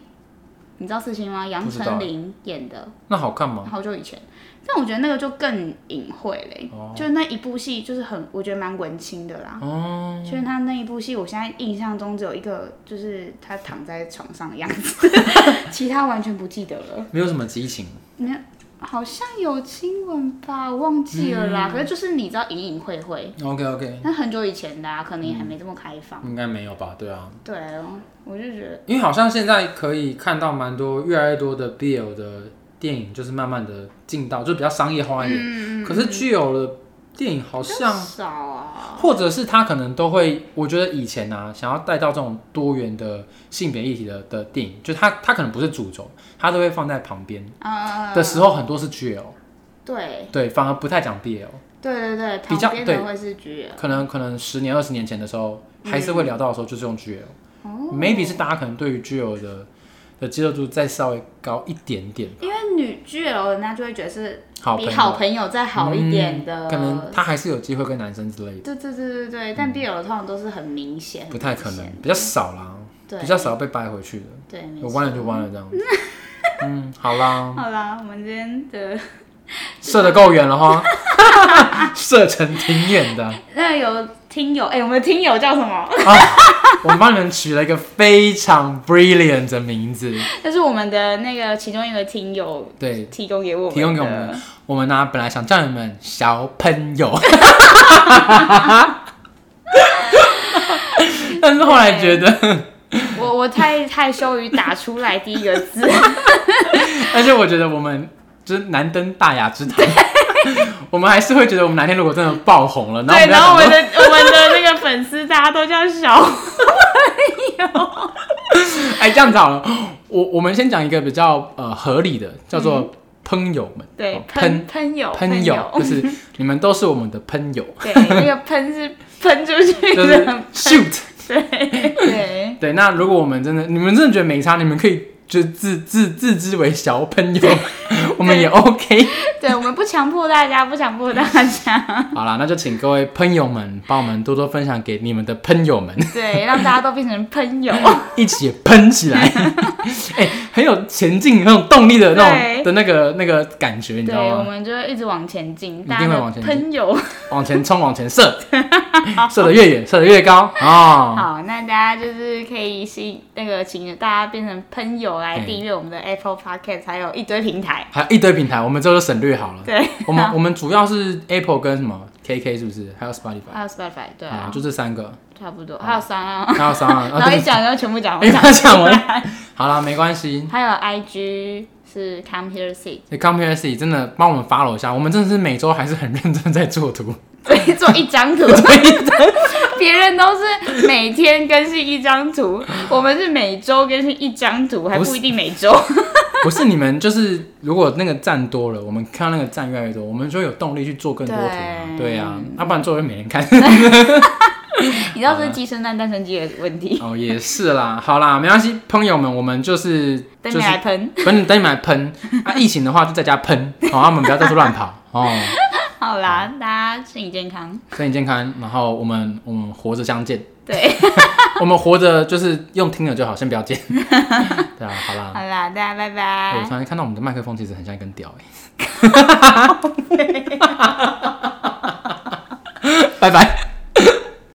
Speaker 1: 你知道刺青吗？杨
Speaker 2: 不知道
Speaker 1: 丞琳演的，
Speaker 2: 那好看吗？
Speaker 1: 好久以前。但我觉得那个就更隐晦嘞，就是那一部戏就是很，我觉得蛮文青的啦。
Speaker 2: 哦，
Speaker 1: 就是他那一部戏，我现在印象中只有一个，就是他躺在床上的样子， 其他完全不记得了。
Speaker 2: 没有什么激情，
Speaker 1: 没有，好像有亲吻吧，我忘记了
Speaker 2: 嗯
Speaker 1: 啦。可是就是你知道隐隐晦晦，
Speaker 2: OK OK，
Speaker 1: 那很久以前的、啊，可能
Speaker 2: 嗯
Speaker 1: 也还没这么开放。
Speaker 2: 应该没有吧？对啊，
Speaker 1: 对哦，我就觉得
Speaker 2: 因为好像现在可以看到蛮多越来越多的 BL 的电影，就是慢慢的进到就比较商业化一
Speaker 1: 嗯
Speaker 2: 点。可是 GL 的电影好像，
Speaker 1: 少啊。
Speaker 2: 或者是他可能都会，我觉得以前啊，想要带到这种多元的性别议题的的电影，就他他可能不是主轴，他都会放在旁边
Speaker 1: 啊、
Speaker 2: 的时候，很多是 GL，
Speaker 1: 对
Speaker 2: 对，反而不太讲 BL。
Speaker 1: 对对对，
Speaker 2: 比较
Speaker 1: 旁边
Speaker 2: 对
Speaker 1: 的会是橘。
Speaker 2: 可能可能十年二十年前的时候，还
Speaker 1: 嗯
Speaker 2: 是会聊到的时候，就是用 GL。Maybe
Speaker 1: 哦
Speaker 2: 是大家可能对于 GL 的的接受度再稍微高一点点，
Speaker 1: 因为女 GL 人家就会觉得是
Speaker 2: 好朋
Speaker 1: 比
Speaker 2: 友嗯
Speaker 1: 好朋友再好一点的，
Speaker 2: 可能他还是有机会跟男生之类的，
Speaker 1: 对对对对对，但 BL 通常都是很明显，
Speaker 2: 不太可能
Speaker 1: 很明显，
Speaker 2: 比较少啦，
Speaker 1: 对
Speaker 2: 比较少被掰回去的，
Speaker 1: 对，没
Speaker 2: 有
Speaker 1: 错
Speaker 2: 弯了就弯了 这样。嗯，好啦，
Speaker 1: 好啦，我们今天的
Speaker 2: 射得够远了哈，射程挺远的，
Speaker 1: 那有听友，哎、我们的听友叫什么？
Speaker 2: 我们帮你们取了一个非常 brilliant 的名字，
Speaker 1: 这是我们的那个其中一个听友
Speaker 2: 对，
Speaker 1: 提供给我们的，
Speaker 2: 提供给我们。我们呢、本来想叫你们小朋友，但是后来觉得，
Speaker 1: 我我太 太羞于打出来第一个 字，
Speaker 2: 而且我觉得我们就是难登大雅之堂，我们还是会觉得我们哪天如果真的爆红了，
Speaker 1: 对，然
Speaker 2: 然
Speaker 1: 后
Speaker 2: 后
Speaker 1: 我
Speaker 2: 我们要
Speaker 1: 们
Speaker 2: 讲
Speaker 1: 的 我们的那个粉丝大家都叫小
Speaker 2: 说，哎，这样子好了，我我们先讲一个比较呃合理的，叫做喷友们，
Speaker 1: 对
Speaker 2: 哦，
Speaker 1: 喷喷友，
Speaker 2: 喷友，就是你们都是我们的喷友，
Speaker 1: 对，那个喷是喷出去
Speaker 2: 就是
Speaker 1: 的，
Speaker 2: shoot。
Speaker 1: 对，
Speaker 2: 对，那如果我们真的，你们真的觉得没差，你们可以就自自自知为小朋友，我们也 OK。
Speaker 1: 对，我们不强迫大家，不强迫大家，
Speaker 2: 好啦，那就请各位朋友们帮我们多多分享给你们的朋友们，
Speaker 1: 对，让大家都变成喷 友，
Speaker 2: 一起喷起来。 哎、很有前进、很有动力的那
Speaker 1: 对
Speaker 2: 种的那个那个感觉，你知
Speaker 1: 对，
Speaker 2: 道
Speaker 1: 我
Speaker 2: 吗？
Speaker 1: 们就会一直往前进，
Speaker 2: 定
Speaker 1: 大家
Speaker 2: 会
Speaker 1: 的
Speaker 2: 往前进
Speaker 1: 喷友。
Speaker 2: 往前冲，往 前射，射得越远，射得越高啊！
Speaker 1: 好，那大家就是可以吸那个，请大家变成喷友来
Speaker 2: 嗯
Speaker 1: 订阅我们的 Apple Podcast，还有一堆平台。
Speaker 2: 还有一堆平台，我们这都省略好了。
Speaker 1: 对，
Speaker 2: 我们我们主要是 Apple 跟什么 KK 是不是？还有 Spotify
Speaker 1: 还有 Spotify，对
Speaker 2: 啊
Speaker 1: 啊，，
Speaker 2: 就这三个，
Speaker 1: 差不多，还有三啊，
Speaker 2: 还有啥？啊 哎
Speaker 1: 然后一讲就全部讲
Speaker 2: 没
Speaker 1: 完。
Speaker 2: 把它讲完。 好啦，没关 系。
Speaker 1: 还有 IG 是 Come Here Sit，
Speaker 2: 你 c o m p u r C 真的帮我们 follow 一下，我们真的是每周还是很认真在做图。
Speaker 1: 对，做一张图，别人都是每天更新一张 图，我们是每周更新一张图，还
Speaker 2: 不是
Speaker 1: 不一定每周。
Speaker 2: 不是你们，就是如果那个赞多了，我们看到那个赞越来越多，我们就有动力去做更多图啊。
Speaker 1: 对
Speaker 2: 对呀，要不然做给 每人看。
Speaker 1: 你知道这是鸡生蛋，蛋生鸡的问题，
Speaker 2: 哦，也是啦。好啦，没关系，朋友们，我们就是
Speaker 1: 等
Speaker 2: 就
Speaker 1: 你
Speaker 2: 是
Speaker 1: 来喷。
Speaker 2: 等你等你们来喷啊，疫情的话就在家 喷，好，啊我们不要到处乱跑哦。
Speaker 1: 好啦，大家身体健康，
Speaker 2: 身体健康，然后我们我们活着相见，
Speaker 1: 对。
Speaker 2: 我们活着就是用听了就好，先不 要见。对啊，好啦。
Speaker 1: 好啦，大家拜
Speaker 2: 对
Speaker 1: 拜
Speaker 2: 我。突然看到我们的麦克风其实很像一根屌 哎、欸，拜拜。